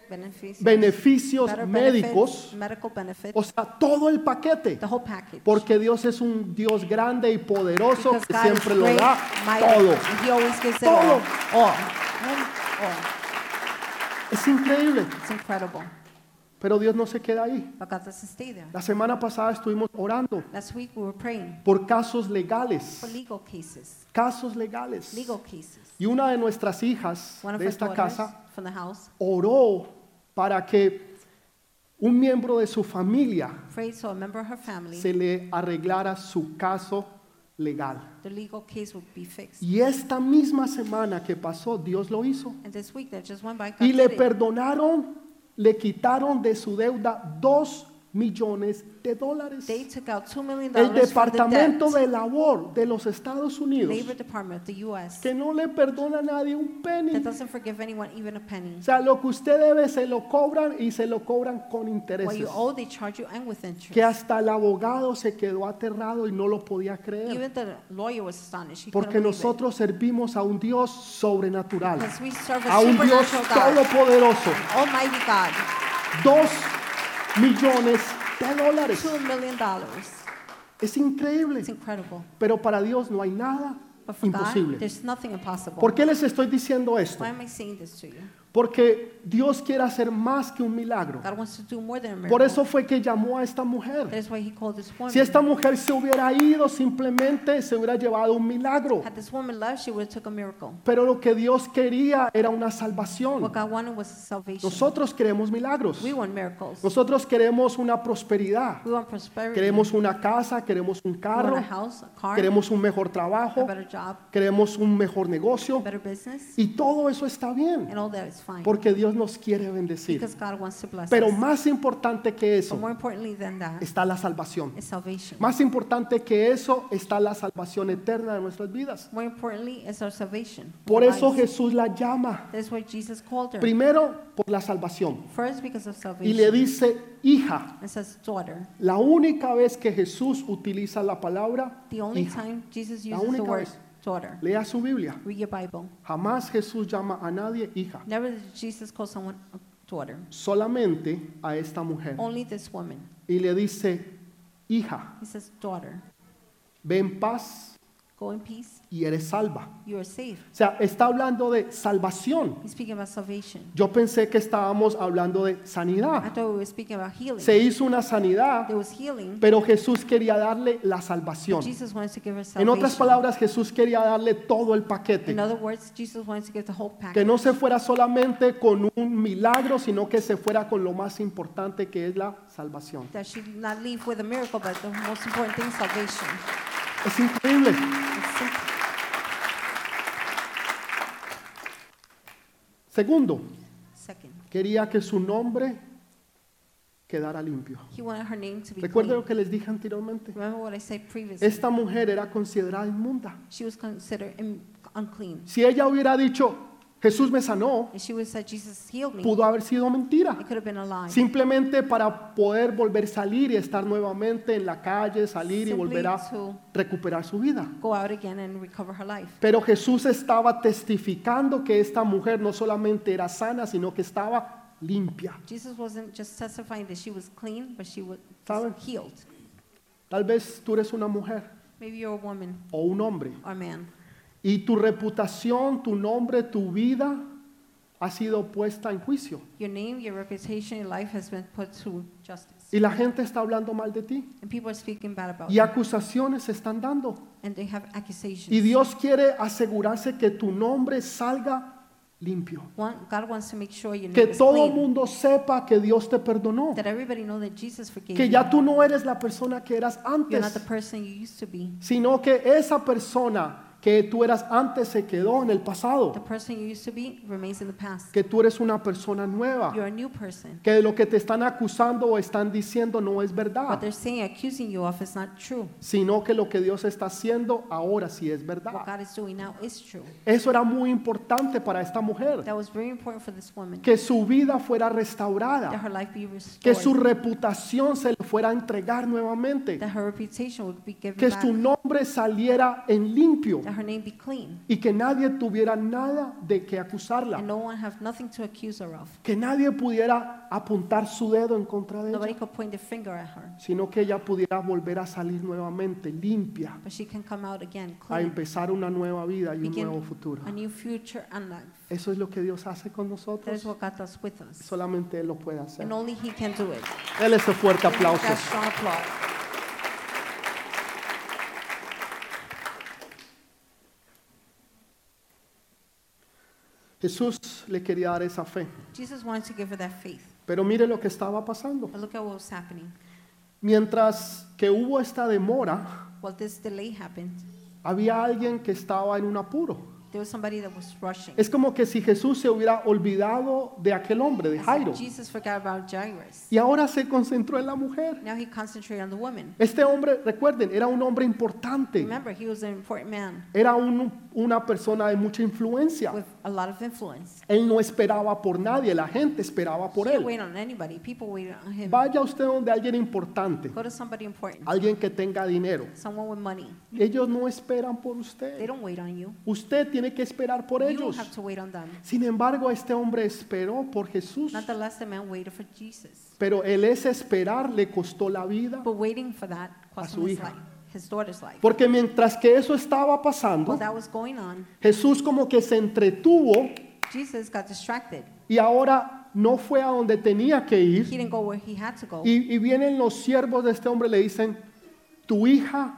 [SPEAKER 2] benefits,
[SPEAKER 1] beneficios
[SPEAKER 2] better benefits,
[SPEAKER 1] médicos,
[SPEAKER 2] medical benefits,
[SPEAKER 1] o sea, todo el paquete.
[SPEAKER 2] the whole package.
[SPEAKER 1] Porque Dios es un Dios grande y poderoso
[SPEAKER 2] Because
[SPEAKER 1] que
[SPEAKER 2] God is
[SPEAKER 1] siempre lo
[SPEAKER 2] great,
[SPEAKER 1] da
[SPEAKER 2] mighty,
[SPEAKER 1] todo.
[SPEAKER 2] and He always gives it
[SPEAKER 1] Todo.
[SPEAKER 2] all.
[SPEAKER 1] Oh,
[SPEAKER 2] One, all.
[SPEAKER 1] es increíble.
[SPEAKER 2] It's incredible.
[SPEAKER 1] Pero Dios no se queda ahí.
[SPEAKER 2] But God doesn't stay there.
[SPEAKER 1] La semana pasada estuvimos orando
[SPEAKER 2] Last week we were praying
[SPEAKER 1] por casos legales.
[SPEAKER 2] for legal cases.
[SPEAKER 1] Casos legales.
[SPEAKER 2] Legal cases.
[SPEAKER 1] Y una de nuestras hijas
[SPEAKER 2] One of
[SPEAKER 1] de
[SPEAKER 2] her
[SPEAKER 1] esta
[SPEAKER 2] daughters
[SPEAKER 1] casa
[SPEAKER 2] from the house
[SPEAKER 1] oró para que un miembro de su familia
[SPEAKER 2] prayed so a member of her family,
[SPEAKER 1] se le arreglara su caso legal.
[SPEAKER 2] the legal case would be fixed.
[SPEAKER 1] Y esta misma semana que pasó, Dios lo hizo.
[SPEAKER 2] And this week that just went by, God
[SPEAKER 1] y le
[SPEAKER 2] did it.
[SPEAKER 1] perdonaron, le quitaron de su deuda dos millones de dólares.
[SPEAKER 2] They took out $2 million
[SPEAKER 1] El
[SPEAKER 2] from the debt.
[SPEAKER 1] Departamento de Labor de los Estados
[SPEAKER 2] Labor
[SPEAKER 1] Unidos,
[SPEAKER 2] Department of the U.S.
[SPEAKER 1] que no le perdona a nadie un penny.
[SPEAKER 2] that doesn't forgive anyone even a penny.
[SPEAKER 1] O sea, lo que usted debe se lo cobran y se lo cobran con
[SPEAKER 2] What
[SPEAKER 1] intereses.
[SPEAKER 2] you owe, they charge you and with
[SPEAKER 1] Que
[SPEAKER 2] interest.
[SPEAKER 1] hasta el abogado se quedó aterrado y no lo podía creer.
[SPEAKER 2] Even the lawyer was astonished. He
[SPEAKER 1] Porque
[SPEAKER 2] couldn't believe it.
[SPEAKER 1] nosotros servimos a un Dios sobrenatural,
[SPEAKER 2] Because we serve a
[SPEAKER 1] a un Dios
[SPEAKER 2] supernatural God,
[SPEAKER 1] todopoderoso.
[SPEAKER 2] Almighty God,
[SPEAKER 1] Dos millones de dólares.
[SPEAKER 2] two million dollars.
[SPEAKER 1] Es increíble.
[SPEAKER 2] It's incredible.
[SPEAKER 1] Pero para Dios no hay nada
[SPEAKER 2] But for God,
[SPEAKER 1] imposible.
[SPEAKER 2] there's nothing impossible.
[SPEAKER 1] ¿Por qué les estoy diciendo esto?
[SPEAKER 2] Why am I saying this to you?
[SPEAKER 1] Porque Dios quiere hacer más que un milagro.
[SPEAKER 2] God wants to do more than a miracle.
[SPEAKER 1] Por eso fue que llamó a esta mujer.
[SPEAKER 2] That's why He called this woman.
[SPEAKER 1] Si esta mujer se hubiera ido, simplemente se hubiera llevado un milagro.
[SPEAKER 2] Had this woman left, she would have took a miracle.
[SPEAKER 1] Pero lo que Dios quería era una
[SPEAKER 2] What
[SPEAKER 1] salvación.
[SPEAKER 2] God wanted was salvation.
[SPEAKER 1] Nosotros queremos milagros.
[SPEAKER 2] We want miracles.
[SPEAKER 1] Nosotros queremos una prosperidad.
[SPEAKER 2] We want prosperity.
[SPEAKER 1] Queremos una casa, queremos un
[SPEAKER 2] we want
[SPEAKER 1] carro,
[SPEAKER 2] a house, a car,
[SPEAKER 1] queremos un mejor
[SPEAKER 2] a
[SPEAKER 1] trabajo,
[SPEAKER 2] better job,
[SPEAKER 1] queremos un mejor negocio.
[SPEAKER 2] better business,
[SPEAKER 1] Y todo eso está bien,
[SPEAKER 2] and all that is fine.
[SPEAKER 1] porque Dios nos quiere bendecir.
[SPEAKER 2] Because God wants to bless
[SPEAKER 1] Pero
[SPEAKER 2] us.
[SPEAKER 1] más importante que
[SPEAKER 2] But
[SPEAKER 1] eso
[SPEAKER 2] more importantly than that
[SPEAKER 1] está la salvación.
[SPEAKER 2] is salvation.
[SPEAKER 1] Más importante que eso está la salvación eterna de nuestras vidas.
[SPEAKER 2] More importantly is our salvation.
[SPEAKER 1] Por
[SPEAKER 2] our
[SPEAKER 1] eso
[SPEAKER 2] lives.
[SPEAKER 1] Jesús la llama,
[SPEAKER 2] That's why Jesus called her.
[SPEAKER 1] primero por la salvación,
[SPEAKER 2] First because of
[SPEAKER 1] y
[SPEAKER 2] salvation.
[SPEAKER 1] le dice, hija,
[SPEAKER 2] It says daughter.
[SPEAKER 1] la única vez que Jesús utiliza la palabra,
[SPEAKER 2] The only
[SPEAKER 1] hija,
[SPEAKER 2] time Jesus
[SPEAKER 1] La
[SPEAKER 2] uses the
[SPEAKER 1] única
[SPEAKER 2] word
[SPEAKER 1] vez.
[SPEAKER 2] daughter.
[SPEAKER 1] lea su Biblia.
[SPEAKER 2] Read your Bible.
[SPEAKER 1] Jamás Jesús llama a nadie hija,
[SPEAKER 2] Never did Jesus call someone a daughter.
[SPEAKER 1] solamente a esta mujer.
[SPEAKER 2] Only this woman.
[SPEAKER 1] Y le dice, hija,
[SPEAKER 2] He says daughter.
[SPEAKER 1] ve en paz
[SPEAKER 2] Go in peace.
[SPEAKER 1] y eres salva.
[SPEAKER 2] You are saved.
[SPEAKER 1] O sea, está hablando de salvación.
[SPEAKER 2] He's speaking about salvation.
[SPEAKER 1] Yo pensé que estábamos hablando de
[SPEAKER 2] I
[SPEAKER 1] sanidad.
[SPEAKER 2] thought we were speaking about healing.
[SPEAKER 1] Se hizo una sanidad,
[SPEAKER 2] There was healing.
[SPEAKER 1] pero Jesús quería darle la salvación.
[SPEAKER 2] Jesus wants to give us
[SPEAKER 1] En
[SPEAKER 2] salvation.
[SPEAKER 1] otras palabras, Jesús quería darle todo el paquete.
[SPEAKER 2] In other words, Jesus wants to give the whole
[SPEAKER 1] Que
[SPEAKER 2] package.
[SPEAKER 1] no se fuera solamente con un milagro, sino que se fuera con lo más importante que es la salvación.
[SPEAKER 2] That she did not leave with a miracle, but the most important thing, salvation.
[SPEAKER 1] Es increíble.
[SPEAKER 2] It's simple.
[SPEAKER 1] Segundo,
[SPEAKER 2] Second,
[SPEAKER 1] quería que su nombre quedara limpio.
[SPEAKER 2] he wanted her name to be
[SPEAKER 1] Recuerden lo
[SPEAKER 2] clean.
[SPEAKER 1] que les dije anteriormente.
[SPEAKER 2] Remember what I said previously?
[SPEAKER 1] Esta mujer era considerada inmunda.
[SPEAKER 2] She was considered im- unclean.
[SPEAKER 1] Si ella hubiera dicho, Jesús me sanó,
[SPEAKER 2] And she would have said, Jesus healed me.
[SPEAKER 1] pudo haber sido mentira.
[SPEAKER 2] It could have been a lie.
[SPEAKER 1] Simplemente para poder volver a salir y estar nuevamente en la calle, salir y
[SPEAKER 2] Simply
[SPEAKER 1] volver a
[SPEAKER 2] to
[SPEAKER 1] recuperar su vida.
[SPEAKER 2] go out again and recover her life.
[SPEAKER 1] Pero Jesús estaba testificando que esta mujer no solamente era sana, sino que estaba limpia.
[SPEAKER 2] Jesus wasn't just testifying that she was clean, but she was
[SPEAKER 1] Saben?
[SPEAKER 2] healed.
[SPEAKER 1] Tal vez tú eres una mujer
[SPEAKER 2] Maybe you're a woman
[SPEAKER 1] o un hombre
[SPEAKER 2] or a man,
[SPEAKER 1] y tu reputación, tu nombre, tu vida ha sido puesta en juicio
[SPEAKER 2] Your name, your reputation, your life has been put to justice.
[SPEAKER 1] y la gente está hablando mal de ti
[SPEAKER 2] And people are speaking bad about
[SPEAKER 1] y
[SPEAKER 2] you.
[SPEAKER 1] acusaciones se están dando.
[SPEAKER 2] And they have
[SPEAKER 1] Y
[SPEAKER 2] accusations.
[SPEAKER 1] Dios quiere asegurarse que tu nombre salga limpio.
[SPEAKER 2] One- God wants to make sure your
[SPEAKER 1] Que
[SPEAKER 2] name is
[SPEAKER 1] todo
[SPEAKER 2] clean.
[SPEAKER 1] mundo sepa que Dios te perdonó.
[SPEAKER 2] That everybody know that Jesus forgave
[SPEAKER 1] Que
[SPEAKER 2] you.
[SPEAKER 1] ya tú no eres la persona que eras
[SPEAKER 2] You're not the
[SPEAKER 1] antes,
[SPEAKER 2] person you used to be.
[SPEAKER 1] sino que esa persona que tú eras antes se quedó en el
[SPEAKER 2] The
[SPEAKER 1] pasado.
[SPEAKER 2] person you used to be remains in the past.
[SPEAKER 1] Que tú eres una persona nueva.
[SPEAKER 2] You're a new person.
[SPEAKER 1] Que lo que te están acusando o están diciendo no es
[SPEAKER 2] What
[SPEAKER 1] verdad,
[SPEAKER 2] they're saying, accusing you of, is not true.
[SPEAKER 1] sino que lo que Dios está haciendo ahora sí es
[SPEAKER 2] What
[SPEAKER 1] verdad.
[SPEAKER 2] God is doing now is true.
[SPEAKER 1] Eso era muy importante para esta mujer.
[SPEAKER 2] That was very important for this woman.
[SPEAKER 1] Que su vida fuera
[SPEAKER 2] That
[SPEAKER 1] restaurada.
[SPEAKER 2] her life be
[SPEAKER 1] que su
[SPEAKER 2] restored.
[SPEAKER 1] reputación se le fuera a entregar nuevamente,
[SPEAKER 2] That her reputation would be given
[SPEAKER 1] que
[SPEAKER 2] back.
[SPEAKER 1] su nombre saliera en limpio
[SPEAKER 2] That her name be clean.
[SPEAKER 1] y que nadie tuviera nada de que
[SPEAKER 2] And
[SPEAKER 1] acusarla,
[SPEAKER 2] no one have nothing to accuse her of.
[SPEAKER 1] que nadie pudiera apuntar su dedo en contra de
[SPEAKER 2] Nobody
[SPEAKER 1] ella,
[SPEAKER 2] could point the finger at her,
[SPEAKER 1] sino que ella pudiera volver a salir nuevamente limpia,
[SPEAKER 2] but she can come out again
[SPEAKER 1] a
[SPEAKER 2] clean,
[SPEAKER 1] empezar una nueva vida y un
[SPEAKER 2] Begin
[SPEAKER 1] nuevo futuro.
[SPEAKER 2] a new future and life.
[SPEAKER 1] Eso es lo que Dios hace con
[SPEAKER 2] That is
[SPEAKER 1] nosotros,
[SPEAKER 2] what God does with us,
[SPEAKER 1] solamente Él lo puede hacer.
[SPEAKER 2] and only He can do it.
[SPEAKER 1] Él ese fuerte aplauso.
[SPEAKER 2] That strong applause.
[SPEAKER 1] Jesús le quería dar esa fe,
[SPEAKER 2] Jesus wanted to give her that faith,
[SPEAKER 1] pero mire lo que estaba pasando.
[SPEAKER 2] but look at what was happening.
[SPEAKER 1] Mientras que hubo esta demora,
[SPEAKER 2] While this delay happened,
[SPEAKER 1] había alguien que estaba en un apuro.
[SPEAKER 2] there was somebody that was rushing.
[SPEAKER 1] Es como que si Jesús se hubiera olvidado de aquel hombre, de
[SPEAKER 2] As if
[SPEAKER 1] Jairo,
[SPEAKER 2] Jesus forgot about Jairus.
[SPEAKER 1] y ahora se concentró en la mujer.
[SPEAKER 2] Now he concentrated on the woman.
[SPEAKER 1] Este hombre, recuerden, era un hombre importante,
[SPEAKER 2] Remember, he was an important man
[SPEAKER 1] era un- una persona de mucha influencia.
[SPEAKER 2] with a lot of influence.
[SPEAKER 1] Él no esperaba por nadie, la gente esperaba
[SPEAKER 2] He
[SPEAKER 1] por
[SPEAKER 2] didn't
[SPEAKER 1] él.
[SPEAKER 2] wait on anybody. People waited on him.
[SPEAKER 1] Vaya usted donde alguien importante,
[SPEAKER 2] Go to somebody important,
[SPEAKER 1] alguien que tenga dinero.
[SPEAKER 2] someone with money.
[SPEAKER 1] Ellos no esperan por
[SPEAKER 2] They
[SPEAKER 1] usted.
[SPEAKER 2] don't wait on you.
[SPEAKER 1] Usted tiene que esperar por
[SPEAKER 2] You don't
[SPEAKER 1] ellos.
[SPEAKER 2] have to wait on them.
[SPEAKER 1] Sin embargo, este hombre esperó por Jesús,
[SPEAKER 2] Nonetheless, the man waited for Jesus.
[SPEAKER 1] pero el ese esperar le costó la vida,
[SPEAKER 2] But waiting for that cost
[SPEAKER 1] su
[SPEAKER 2] him his
[SPEAKER 1] hija.
[SPEAKER 2] life, his daughter's life.
[SPEAKER 1] porque mientras que eso estaba
[SPEAKER 2] While
[SPEAKER 1] pasando,
[SPEAKER 2] that was going on,
[SPEAKER 1] Jesús como que se entretuvo
[SPEAKER 2] Jesus got distracted.
[SPEAKER 1] y ahora no fue a donde tenía que
[SPEAKER 2] He
[SPEAKER 1] ir.
[SPEAKER 2] didn't go where he had to go.
[SPEAKER 1] Y, y vienen los siervos de este hombre y le dicen, tu hija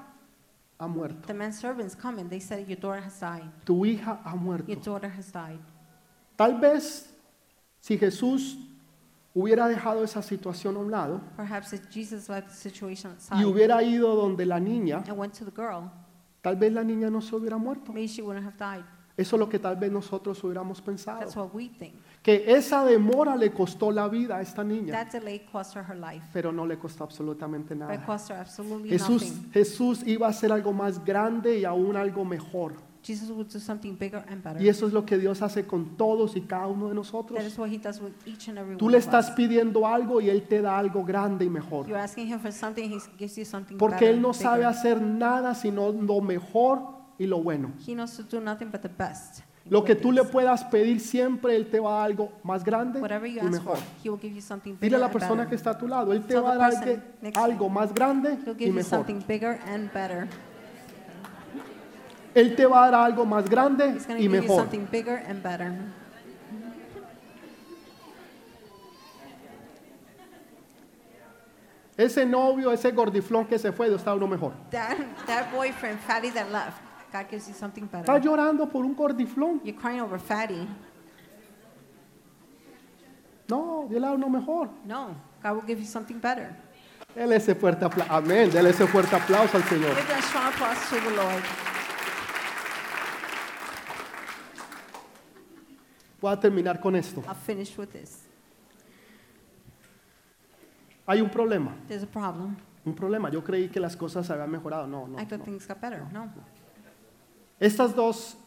[SPEAKER 1] ha muerto,
[SPEAKER 2] The man's servants come and they said, Your daughter has died.
[SPEAKER 1] tu hija ha
[SPEAKER 2] Your
[SPEAKER 1] muerto.
[SPEAKER 2] daughter has died.
[SPEAKER 1] Tal vez si Jesús hubiera dejado esa situación a un lado
[SPEAKER 2] Perhaps if Jesus left the situation
[SPEAKER 1] y
[SPEAKER 2] outside
[SPEAKER 1] hubiera ido donde la niña,
[SPEAKER 2] and went to the girl,
[SPEAKER 1] tal vez la niña no se hubiera muerto.
[SPEAKER 2] maybe she wouldn't have died.
[SPEAKER 1] Eso es lo que tal vez nosotros hubiéramos
[SPEAKER 2] That's
[SPEAKER 1] pensado.
[SPEAKER 2] what we think.
[SPEAKER 1] Que esa demora le costó la vida a esta niña,
[SPEAKER 2] That delay cost her her life,
[SPEAKER 1] pero no le costó absolutamente
[SPEAKER 2] but it
[SPEAKER 1] nada.
[SPEAKER 2] cost her absolutely
[SPEAKER 1] Jesús,
[SPEAKER 2] nothing.
[SPEAKER 1] Jesús iba a hacer algo más grande y aún algo mejor.
[SPEAKER 2] Jesus would do something bigger and better.
[SPEAKER 1] Y eso es lo que Dios hace con todos y cada uno de
[SPEAKER 2] That is
[SPEAKER 1] nosotros.
[SPEAKER 2] what he does with each and every
[SPEAKER 1] Tú
[SPEAKER 2] one
[SPEAKER 1] le
[SPEAKER 2] of us.
[SPEAKER 1] estás pidiendo algo y Él te da algo grande y mejor.
[SPEAKER 2] You're asking him for something, he gives you something
[SPEAKER 1] Porque
[SPEAKER 2] better,
[SPEAKER 1] Él no sabe
[SPEAKER 2] bigger.
[SPEAKER 1] hacer nada sino lo mejor y lo bueno.
[SPEAKER 2] He knows to do nothing but the best.
[SPEAKER 1] Lo
[SPEAKER 2] with
[SPEAKER 1] que tú
[SPEAKER 2] this.
[SPEAKER 1] le puedas pedir siempre, Él te va a dar algo más grande
[SPEAKER 2] Whatever you
[SPEAKER 1] y
[SPEAKER 2] ask
[SPEAKER 1] mejor.
[SPEAKER 2] for, he will give you something
[SPEAKER 1] Dile
[SPEAKER 2] bigger
[SPEAKER 1] a la
[SPEAKER 2] and
[SPEAKER 1] persona que
[SPEAKER 2] better.
[SPEAKER 1] está a tu lado, Él te
[SPEAKER 2] Tell
[SPEAKER 1] va a
[SPEAKER 2] the
[SPEAKER 1] dar
[SPEAKER 2] person
[SPEAKER 1] algue-
[SPEAKER 2] next to you.
[SPEAKER 1] algo más grande
[SPEAKER 2] He'll give
[SPEAKER 1] y
[SPEAKER 2] you
[SPEAKER 1] mejor.
[SPEAKER 2] something bigger and better.
[SPEAKER 1] Él te va a dar algo más grande
[SPEAKER 2] He's going
[SPEAKER 1] y
[SPEAKER 2] to give you
[SPEAKER 1] mejor.
[SPEAKER 2] something bigger and better.
[SPEAKER 1] Ese novio, ese gordiflón que se fue, Dios te da uno mejor.
[SPEAKER 2] That, that boyfriend, fatty that left, God gives you something
[SPEAKER 1] Estás
[SPEAKER 2] better.
[SPEAKER 1] llorando por un gordiflón.
[SPEAKER 2] You're crying over fatty.
[SPEAKER 1] No, Dios le da uno mejor.
[SPEAKER 2] No, God will give you something better.
[SPEAKER 1] Dele ese fuerte aplauso. Amén. Dele ese fuerte aplauso al Señor.
[SPEAKER 2] Give that strong applause to the Lord.
[SPEAKER 1] Voy a terminar con esto.
[SPEAKER 2] I'll finish with this.
[SPEAKER 1] Hay un problema.
[SPEAKER 2] There's a problem.
[SPEAKER 1] Un problema. Yo creí que las cosas habían mejorado. No, no.
[SPEAKER 2] I thought
[SPEAKER 1] no.
[SPEAKER 2] things got better. No.
[SPEAKER 1] Estas dos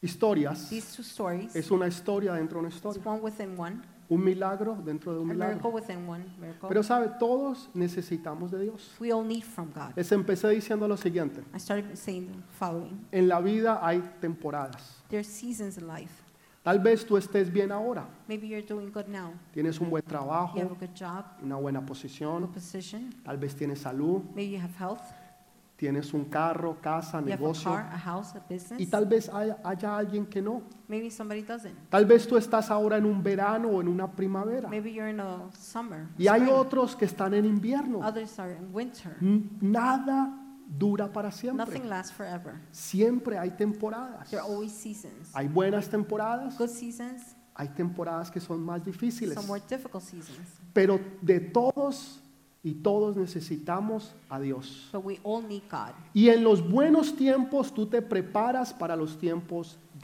[SPEAKER 1] historias
[SPEAKER 2] These two stories,
[SPEAKER 1] es una historia dentro de una
[SPEAKER 2] it's
[SPEAKER 1] historia.
[SPEAKER 2] one within one,
[SPEAKER 1] Un milagro dentro de
[SPEAKER 2] a
[SPEAKER 1] un
[SPEAKER 2] miracle
[SPEAKER 1] milagro.
[SPEAKER 2] within one miracle.
[SPEAKER 1] Pero sabe, todos necesitamos de Dios.
[SPEAKER 2] we all need from God.
[SPEAKER 1] Les empecé diciendo lo siguiente.
[SPEAKER 2] I started saying the following.
[SPEAKER 1] En la vida hay temporadas.
[SPEAKER 2] There are seasons in life.
[SPEAKER 1] Tal vez tú estés bien ahora.
[SPEAKER 2] Maybe you're doing good now.
[SPEAKER 1] Tienes un buen
[SPEAKER 2] You have a
[SPEAKER 1] trabajo,
[SPEAKER 2] good job,
[SPEAKER 1] una buena
[SPEAKER 2] good
[SPEAKER 1] posición.
[SPEAKER 2] position.
[SPEAKER 1] Tal vez tienes salud,
[SPEAKER 2] Maybe you have health.
[SPEAKER 1] tienes un carro, casa,
[SPEAKER 2] You have a
[SPEAKER 1] negocio.
[SPEAKER 2] car, a house, a business.
[SPEAKER 1] Y tal vez haya, haya alguien que no.
[SPEAKER 2] Maybe somebody doesn't.
[SPEAKER 1] Tal vez tú estás ahora en un verano o en una primavera.
[SPEAKER 2] Maybe you're in a summer.
[SPEAKER 1] Y hay
[SPEAKER 2] spring.
[SPEAKER 1] otros que están en invierno.
[SPEAKER 2] Others are in winter.
[SPEAKER 1] N- Nada dura para
[SPEAKER 2] Nothing
[SPEAKER 1] siempre.
[SPEAKER 2] lasts forever.
[SPEAKER 1] Siempre hay temporadas.
[SPEAKER 2] There are always seasons.
[SPEAKER 1] Hay buenas temporadas,
[SPEAKER 2] Good seasons,
[SPEAKER 1] hay temporadas que son más difíciles.
[SPEAKER 2] some more difficult seasons.
[SPEAKER 1] Pero de todos y todos necesitamos a Dios.
[SPEAKER 2] But we all need God.
[SPEAKER 1] Y en los buenos tiempos tú te preparas para los tiempos
[SPEAKER 2] In good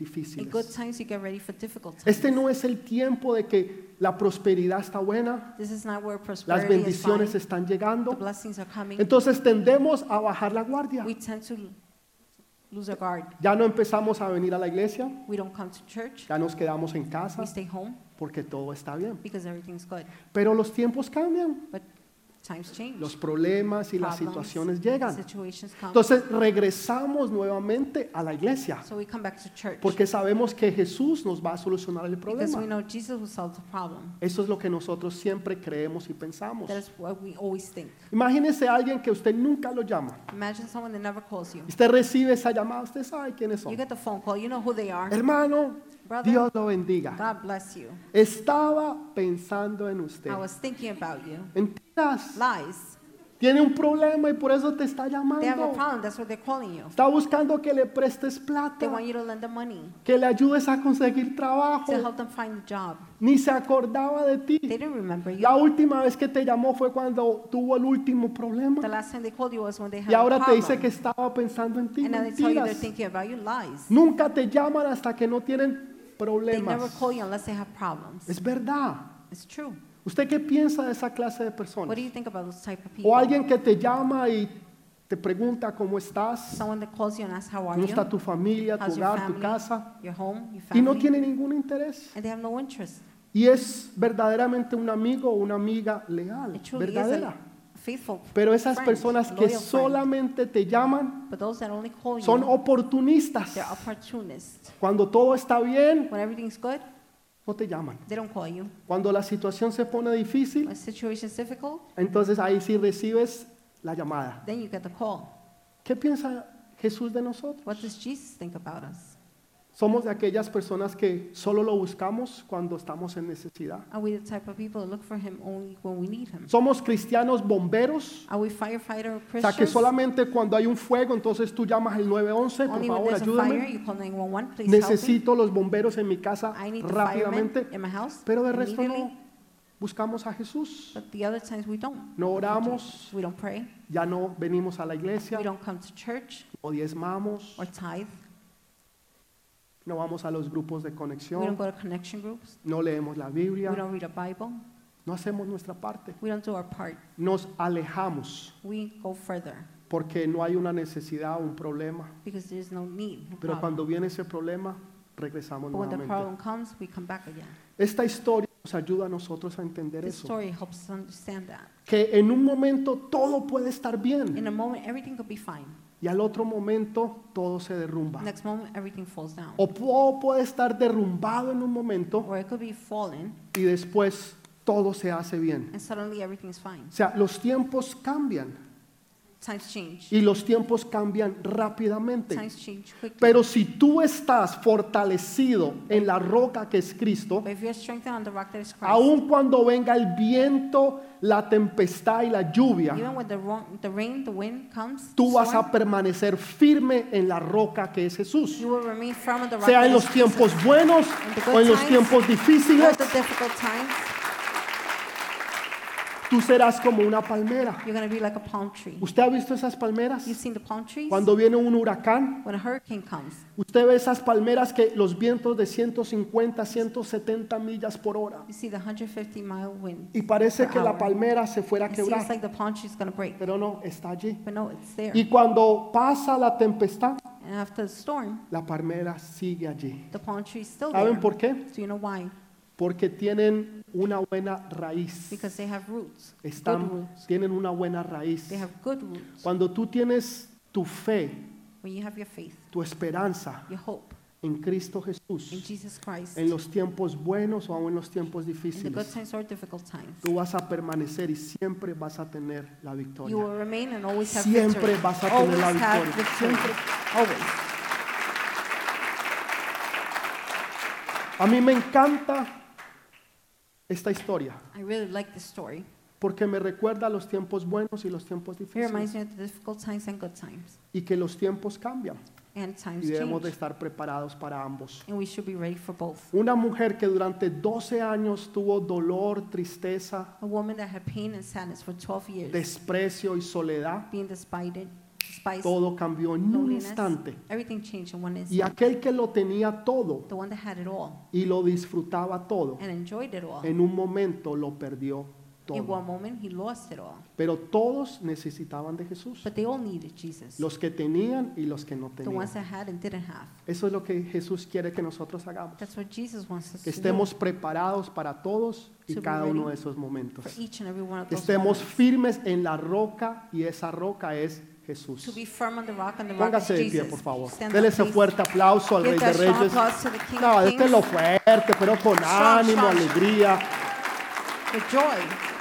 [SPEAKER 1] difíciles.
[SPEAKER 2] times, you get ready for difficult times.
[SPEAKER 1] Este no es el tiempo de que la prosperidad está buena,
[SPEAKER 2] This is not where
[SPEAKER 1] las
[SPEAKER 2] prosperity is fine.
[SPEAKER 1] bendiciones están
[SPEAKER 2] The
[SPEAKER 1] llegando.
[SPEAKER 2] blessings are coming.
[SPEAKER 1] Entonces tendemos a bajar la guardia.
[SPEAKER 2] We tend to lose our guard.
[SPEAKER 1] Ya no empezamos a venir a la iglesia,
[SPEAKER 2] We don't come to church.
[SPEAKER 1] ya nos quedamos en casa
[SPEAKER 2] We stay home
[SPEAKER 1] porque todo está bien.
[SPEAKER 2] because everything's good.
[SPEAKER 1] Pero los tiempos cambian,
[SPEAKER 2] But times change.
[SPEAKER 1] los problemas y las
[SPEAKER 2] Problems,
[SPEAKER 1] situaciones llegan.
[SPEAKER 2] Situations come.
[SPEAKER 1] Entonces regresamos nuevamente a la iglesia
[SPEAKER 2] so we come back to church
[SPEAKER 1] porque sabemos que Jesús nos va a solucionar el
[SPEAKER 2] because we
[SPEAKER 1] problema.
[SPEAKER 2] know Jesus will solve the problem.
[SPEAKER 1] Eso es lo que nosotros siempre creemos y pensamos.
[SPEAKER 2] That is what we always think.
[SPEAKER 1] Imagínese a alguien que usted nunca lo llama.
[SPEAKER 2] Imagine someone that never calls you.
[SPEAKER 1] Usted recibe esa llamada, usted sabe quiénes
[SPEAKER 2] You
[SPEAKER 1] son.
[SPEAKER 2] get the phone call. You know who they are.
[SPEAKER 1] Hermano,
[SPEAKER 2] Brother.
[SPEAKER 1] Dios lo bendiga.
[SPEAKER 2] God bless you.
[SPEAKER 1] Estaba pensando en usted.
[SPEAKER 2] I was thinking about you.
[SPEAKER 1] Mentiras.
[SPEAKER 2] Lies.
[SPEAKER 1] Tiene un problema y por eso te está
[SPEAKER 2] They have a
[SPEAKER 1] llamando.
[SPEAKER 2] problem. That's what they're calling you.
[SPEAKER 1] Está buscando que le prestes
[SPEAKER 2] They
[SPEAKER 1] plata,
[SPEAKER 2] want you to lend them money
[SPEAKER 1] que le ayudes a conseguir trabajo.
[SPEAKER 2] to help them find a job.
[SPEAKER 1] Ni se acordaba de
[SPEAKER 2] They
[SPEAKER 1] ti.
[SPEAKER 2] didn't remember you.
[SPEAKER 1] La última vez que te llamó fue cuando tuvo el último
[SPEAKER 2] The
[SPEAKER 1] problema.
[SPEAKER 2] last time they called you was when they had
[SPEAKER 1] Y ahora
[SPEAKER 2] a
[SPEAKER 1] te
[SPEAKER 2] problem.
[SPEAKER 1] dice que estaba pensando en ti.
[SPEAKER 2] and now they tell you they're
[SPEAKER 1] Mentiras.
[SPEAKER 2] thinking about you. Lies.
[SPEAKER 1] Nunca te llaman hasta que no tienen
[SPEAKER 2] They never
[SPEAKER 1] problemas.
[SPEAKER 2] call you unless they have problems.
[SPEAKER 1] Es verdad.
[SPEAKER 2] It's true.
[SPEAKER 1] ¿Usted qué piensa de esa clase de
[SPEAKER 2] What
[SPEAKER 1] personas?
[SPEAKER 2] do you think about those type of people?
[SPEAKER 1] O alguien que te llama y te pregunta cómo estás,
[SPEAKER 2] Someone that calls you and asks how are
[SPEAKER 1] cómo
[SPEAKER 2] you?
[SPEAKER 1] está tu familia, tu
[SPEAKER 2] How's your
[SPEAKER 1] hogar, tu
[SPEAKER 2] family?
[SPEAKER 1] casa,
[SPEAKER 2] Your home, your
[SPEAKER 1] y
[SPEAKER 2] family.
[SPEAKER 1] no tiene ningún interés.
[SPEAKER 2] and they have no interest.
[SPEAKER 1] Y es verdaderamente un amigo o una amiga leal,
[SPEAKER 2] It truly is
[SPEAKER 1] verdadera.
[SPEAKER 2] a faithful
[SPEAKER 1] Pero esas
[SPEAKER 2] friend,
[SPEAKER 1] personas
[SPEAKER 2] a
[SPEAKER 1] que
[SPEAKER 2] loyal friend.
[SPEAKER 1] solamente te llaman
[SPEAKER 2] But those that only call you,
[SPEAKER 1] son oportunistas.
[SPEAKER 2] they're opportunists.
[SPEAKER 1] Cuando todo está bien,
[SPEAKER 2] When everything's good,
[SPEAKER 1] no te llaman.
[SPEAKER 2] they don't call you.
[SPEAKER 1] Cuando la situación se pone difícil,
[SPEAKER 2] When situation's difficult,
[SPEAKER 1] entonces ahí sí recibes la llamada.
[SPEAKER 2] then you get the call.
[SPEAKER 1] ¿Qué piensa Jesús de nosotros?
[SPEAKER 2] What does Jesus think about us?
[SPEAKER 1] Somos de aquellas personas que solo lo buscamos cuando estamos en necesidad.
[SPEAKER 2] Are we the type of people that look for him only when we need him?
[SPEAKER 1] Somos cristianos bomberos,
[SPEAKER 2] Are we firefighter or
[SPEAKER 1] o sea que
[SPEAKER 2] Christians?
[SPEAKER 1] solamente cuando hay un fuego, entonces tú llamas al 911, por
[SPEAKER 2] only when
[SPEAKER 1] favor,
[SPEAKER 2] there's a fire,
[SPEAKER 1] ayúdame.
[SPEAKER 2] you call 911, please help
[SPEAKER 1] Necesito los bomberos en mi casa
[SPEAKER 2] me. I need the
[SPEAKER 1] rápidamente,
[SPEAKER 2] firemen in my house
[SPEAKER 1] pero de resto
[SPEAKER 2] immediately.
[SPEAKER 1] no. Buscamos a Jesús,
[SPEAKER 2] But the other times we don't.
[SPEAKER 1] no oramos,
[SPEAKER 2] We don't pray.
[SPEAKER 1] ya no venimos a la iglesia,
[SPEAKER 2] We don't come to church
[SPEAKER 1] no diezmamos,
[SPEAKER 2] or tithe.
[SPEAKER 1] no vamos a los grupos de
[SPEAKER 2] We don't
[SPEAKER 1] conexión,
[SPEAKER 2] go to connection groups.
[SPEAKER 1] no leemos la
[SPEAKER 2] We
[SPEAKER 1] Biblia,
[SPEAKER 2] don't read a Bible.
[SPEAKER 1] no hacemos nuestra parte,
[SPEAKER 2] We don't do our part.
[SPEAKER 1] nos alejamos
[SPEAKER 2] We go further
[SPEAKER 1] porque no hay una necesidad o un problema.
[SPEAKER 2] because there's no need. no
[SPEAKER 1] Pero
[SPEAKER 2] problem.
[SPEAKER 1] cuando viene ese problema, regresamos
[SPEAKER 2] But when the
[SPEAKER 1] nuevamente.
[SPEAKER 2] problem comes, we come back again.
[SPEAKER 1] Esta historia nos ayuda a nosotros a entender
[SPEAKER 2] This
[SPEAKER 1] eso.
[SPEAKER 2] story helps us understand that.
[SPEAKER 1] Que en un momento todo puede estar
[SPEAKER 2] In
[SPEAKER 1] bien
[SPEAKER 2] a moment, everything could be fine.
[SPEAKER 1] y al otro momento todo se derrumba.
[SPEAKER 2] Next moment, everything falls down.
[SPEAKER 1] O po- puede estar derrumbado en un momento
[SPEAKER 2] Or it could be fallen,
[SPEAKER 1] y después todo se hace bien.
[SPEAKER 2] and suddenly everything's fine.
[SPEAKER 1] O sea, los tiempos cambian.
[SPEAKER 2] Times change.
[SPEAKER 1] y los tiempos cambian rápidamente.
[SPEAKER 2] Times change quickly.
[SPEAKER 1] Pero si tú estás fortalecido en la roca que es Cristo,
[SPEAKER 2] But if you're strengthened on the rock that is Christ,
[SPEAKER 1] aun cuando venga el viento, la tempestad y la lluvia,
[SPEAKER 2] even when the, wrong, the rain, the wind comes,
[SPEAKER 1] tú vas
[SPEAKER 2] storm,
[SPEAKER 1] a permanecer firme en la roca que es Jesús.
[SPEAKER 2] you will remain firm on the rock
[SPEAKER 1] Sea
[SPEAKER 2] that
[SPEAKER 1] en
[SPEAKER 2] is
[SPEAKER 1] los tiempos buenos o en los tiempos
[SPEAKER 2] Throughout
[SPEAKER 1] difíciles,
[SPEAKER 2] the difficult times,
[SPEAKER 1] tú serás como una palmera.
[SPEAKER 2] you're going to be like a palm tree.
[SPEAKER 1] ¿Usted ha visto esas palmeras?
[SPEAKER 2] You've seen the palm trees?
[SPEAKER 1] Cuando viene un huracán,
[SPEAKER 2] when a hurricane comes,
[SPEAKER 1] usted ve esas palmeras que los vientos de 150, 170 millas por hora.
[SPEAKER 2] you see the 150 mile wind.
[SPEAKER 1] Y parece que la
[SPEAKER 2] Ahora.
[SPEAKER 1] palmera se fuera a
[SPEAKER 2] It seems
[SPEAKER 1] quebrar,
[SPEAKER 2] like the palm tree is going to break,
[SPEAKER 1] pero no, está allí.
[SPEAKER 2] but no, it's there.
[SPEAKER 1] Y cuando pasa la tempestad,
[SPEAKER 2] And after the storm,
[SPEAKER 1] la palmera sigue allí.
[SPEAKER 2] the palm tree is still there.
[SPEAKER 1] ¿Saben por qué?
[SPEAKER 2] Do you know why?
[SPEAKER 1] Porque tienen una buena raíz.
[SPEAKER 2] Because they have roots, good
[SPEAKER 1] Están,
[SPEAKER 2] roots.
[SPEAKER 1] tienen una buena raíz.
[SPEAKER 2] They have good roots.
[SPEAKER 1] Cuando tú tienes tu fe,
[SPEAKER 2] When you have your faith,
[SPEAKER 1] tu esperanza
[SPEAKER 2] your hope
[SPEAKER 1] en Cristo
[SPEAKER 2] in
[SPEAKER 1] Jesús,
[SPEAKER 2] Jesus Christ,
[SPEAKER 1] en los tiempos buenos o aún en los tiempos
[SPEAKER 2] in the
[SPEAKER 1] difíciles,
[SPEAKER 2] good times or difficult times,
[SPEAKER 1] tú vas a permanecer y siempre vas a tener la
[SPEAKER 2] you will
[SPEAKER 1] victoria.
[SPEAKER 2] remain and always have
[SPEAKER 1] Siempre
[SPEAKER 2] victory.
[SPEAKER 1] vas a
[SPEAKER 2] always
[SPEAKER 1] tener la
[SPEAKER 2] have
[SPEAKER 1] victoria.
[SPEAKER 2] victory.
[SPEAKER 1] Siempre.
[SPEAKER 2] Always.
[SPEAKER 1] A mí me encanta esta historia
[SPEAKER 2] I really like this story.
[SPEAKER 1] porque me recuerda a los tiempos buenos y los tiempos
[SPEAKER 2] It reminds
[SPEAKER 1] difíciles
[SPEAKER 2] me of the difficult times and good times.
[SPEAKER 1] y que los tiempos cambian
[SPEAKER 2] And times
[SPEAKER 1] y debemos de
[SPEAKER 2] change.
[SPEAKER 1] estar preparados para ambos.
[SPEAKER 2] And we should be ready for both.
[SPEAKER 1] Una mujer que durante 12 años tuvo dolor, tristeza,
[SPEAKER 2] A woman that had pain and sadness for 12 years,
[SPEAKER 1] desprecio y soledad,
[SPEAKER 2] being despised, despised
[SPEAKER 1] todo cambió en un
[SPEAKER 2] loneliness,
[SPEAKER 1] instante.
[SPEAKER 2] everything changed in one
[SPEAKER 1] Y
[SPEAKER 2] instant.
[SPEAKER 1] aquel que lo tenía todo
[SPEAKER 2] The one that had it all
[SPEAKER 1] y lo disfrutaba todo,
[SPEAKER 2] and enjoyed it all,
[SPEAKER 1] en un momento lo perdió
[SPEAKER 2] in
[SPEAKER 1] todo.
[SPEAKER 2] one moment he lost it all.
[SPEAKER 1] Pero todos necesitaban de Jesús.
[SPEAKER 2] But they all needed Jesus.
[SPEAKER 1] Los que tenían y los que no
[SPEAKER 2] The
[SPEAKER 1] tenían.
[SPEAKER 2] ones that had and didn't have.
[SPEAKER 1] Eso es lo que Jesús quiere que nosotros hagamos.
[SPEAKER 2] That's what Jesus wants us
[SPEAKER 1] Que
[SPEAKER 2] to do
[SPEAKER 1] estemos preparados para todos y
[SPEAKER 2] To be
[SPEAKER 1] cada uno de
[SPEAKER 2] ready
[SPEAKER 1] esos
[SPEAKER 2] for
[SPEAKER 1] momentos.
[SPEAKER 2] each and every one of
[SPEAKER 1] Que
[SPEAKER 2] those
[SPEAKER 1] estemos
[SPEAKER 2] moments.
[SPEAKER 1] firmes en la roca y esa roca es
[SPEAKER 2] To
[SPEAKER 1] Jesús.
[SPEAKER 2] be firm on the rock and the rock is
[SPEAKER 1] Póngase de pie,
[SPEAKER 2] Jesus.
[SPEAKER 1] por favor.
[SPEAKER 2] Stand
[SPEAKER 1] Dele
[SPEAKER 2] up,
[SPEAKER 1] ese
[SPEAKER 2] please.
[SPEAKER 1] fuerte aplauso al
[SPEAKER 2] Give
[SPEAKER 1] Rey de
[SPEAKER 2] that strong
[SPEAKER 1] Reyes.
[SPEAKER 2] applause to the King of
[SPEAKER 1] No, este
[SPEAKER 2] Kings.
[SPEAKER 1] dételo fuerte, pero con
[SPEAKER 2] Strong,
[SPEAKER 1] ánimo,
[SPEAKER 2] strong.
[SPEAKER 1] alegría.
[SPEAKER 2] The joy.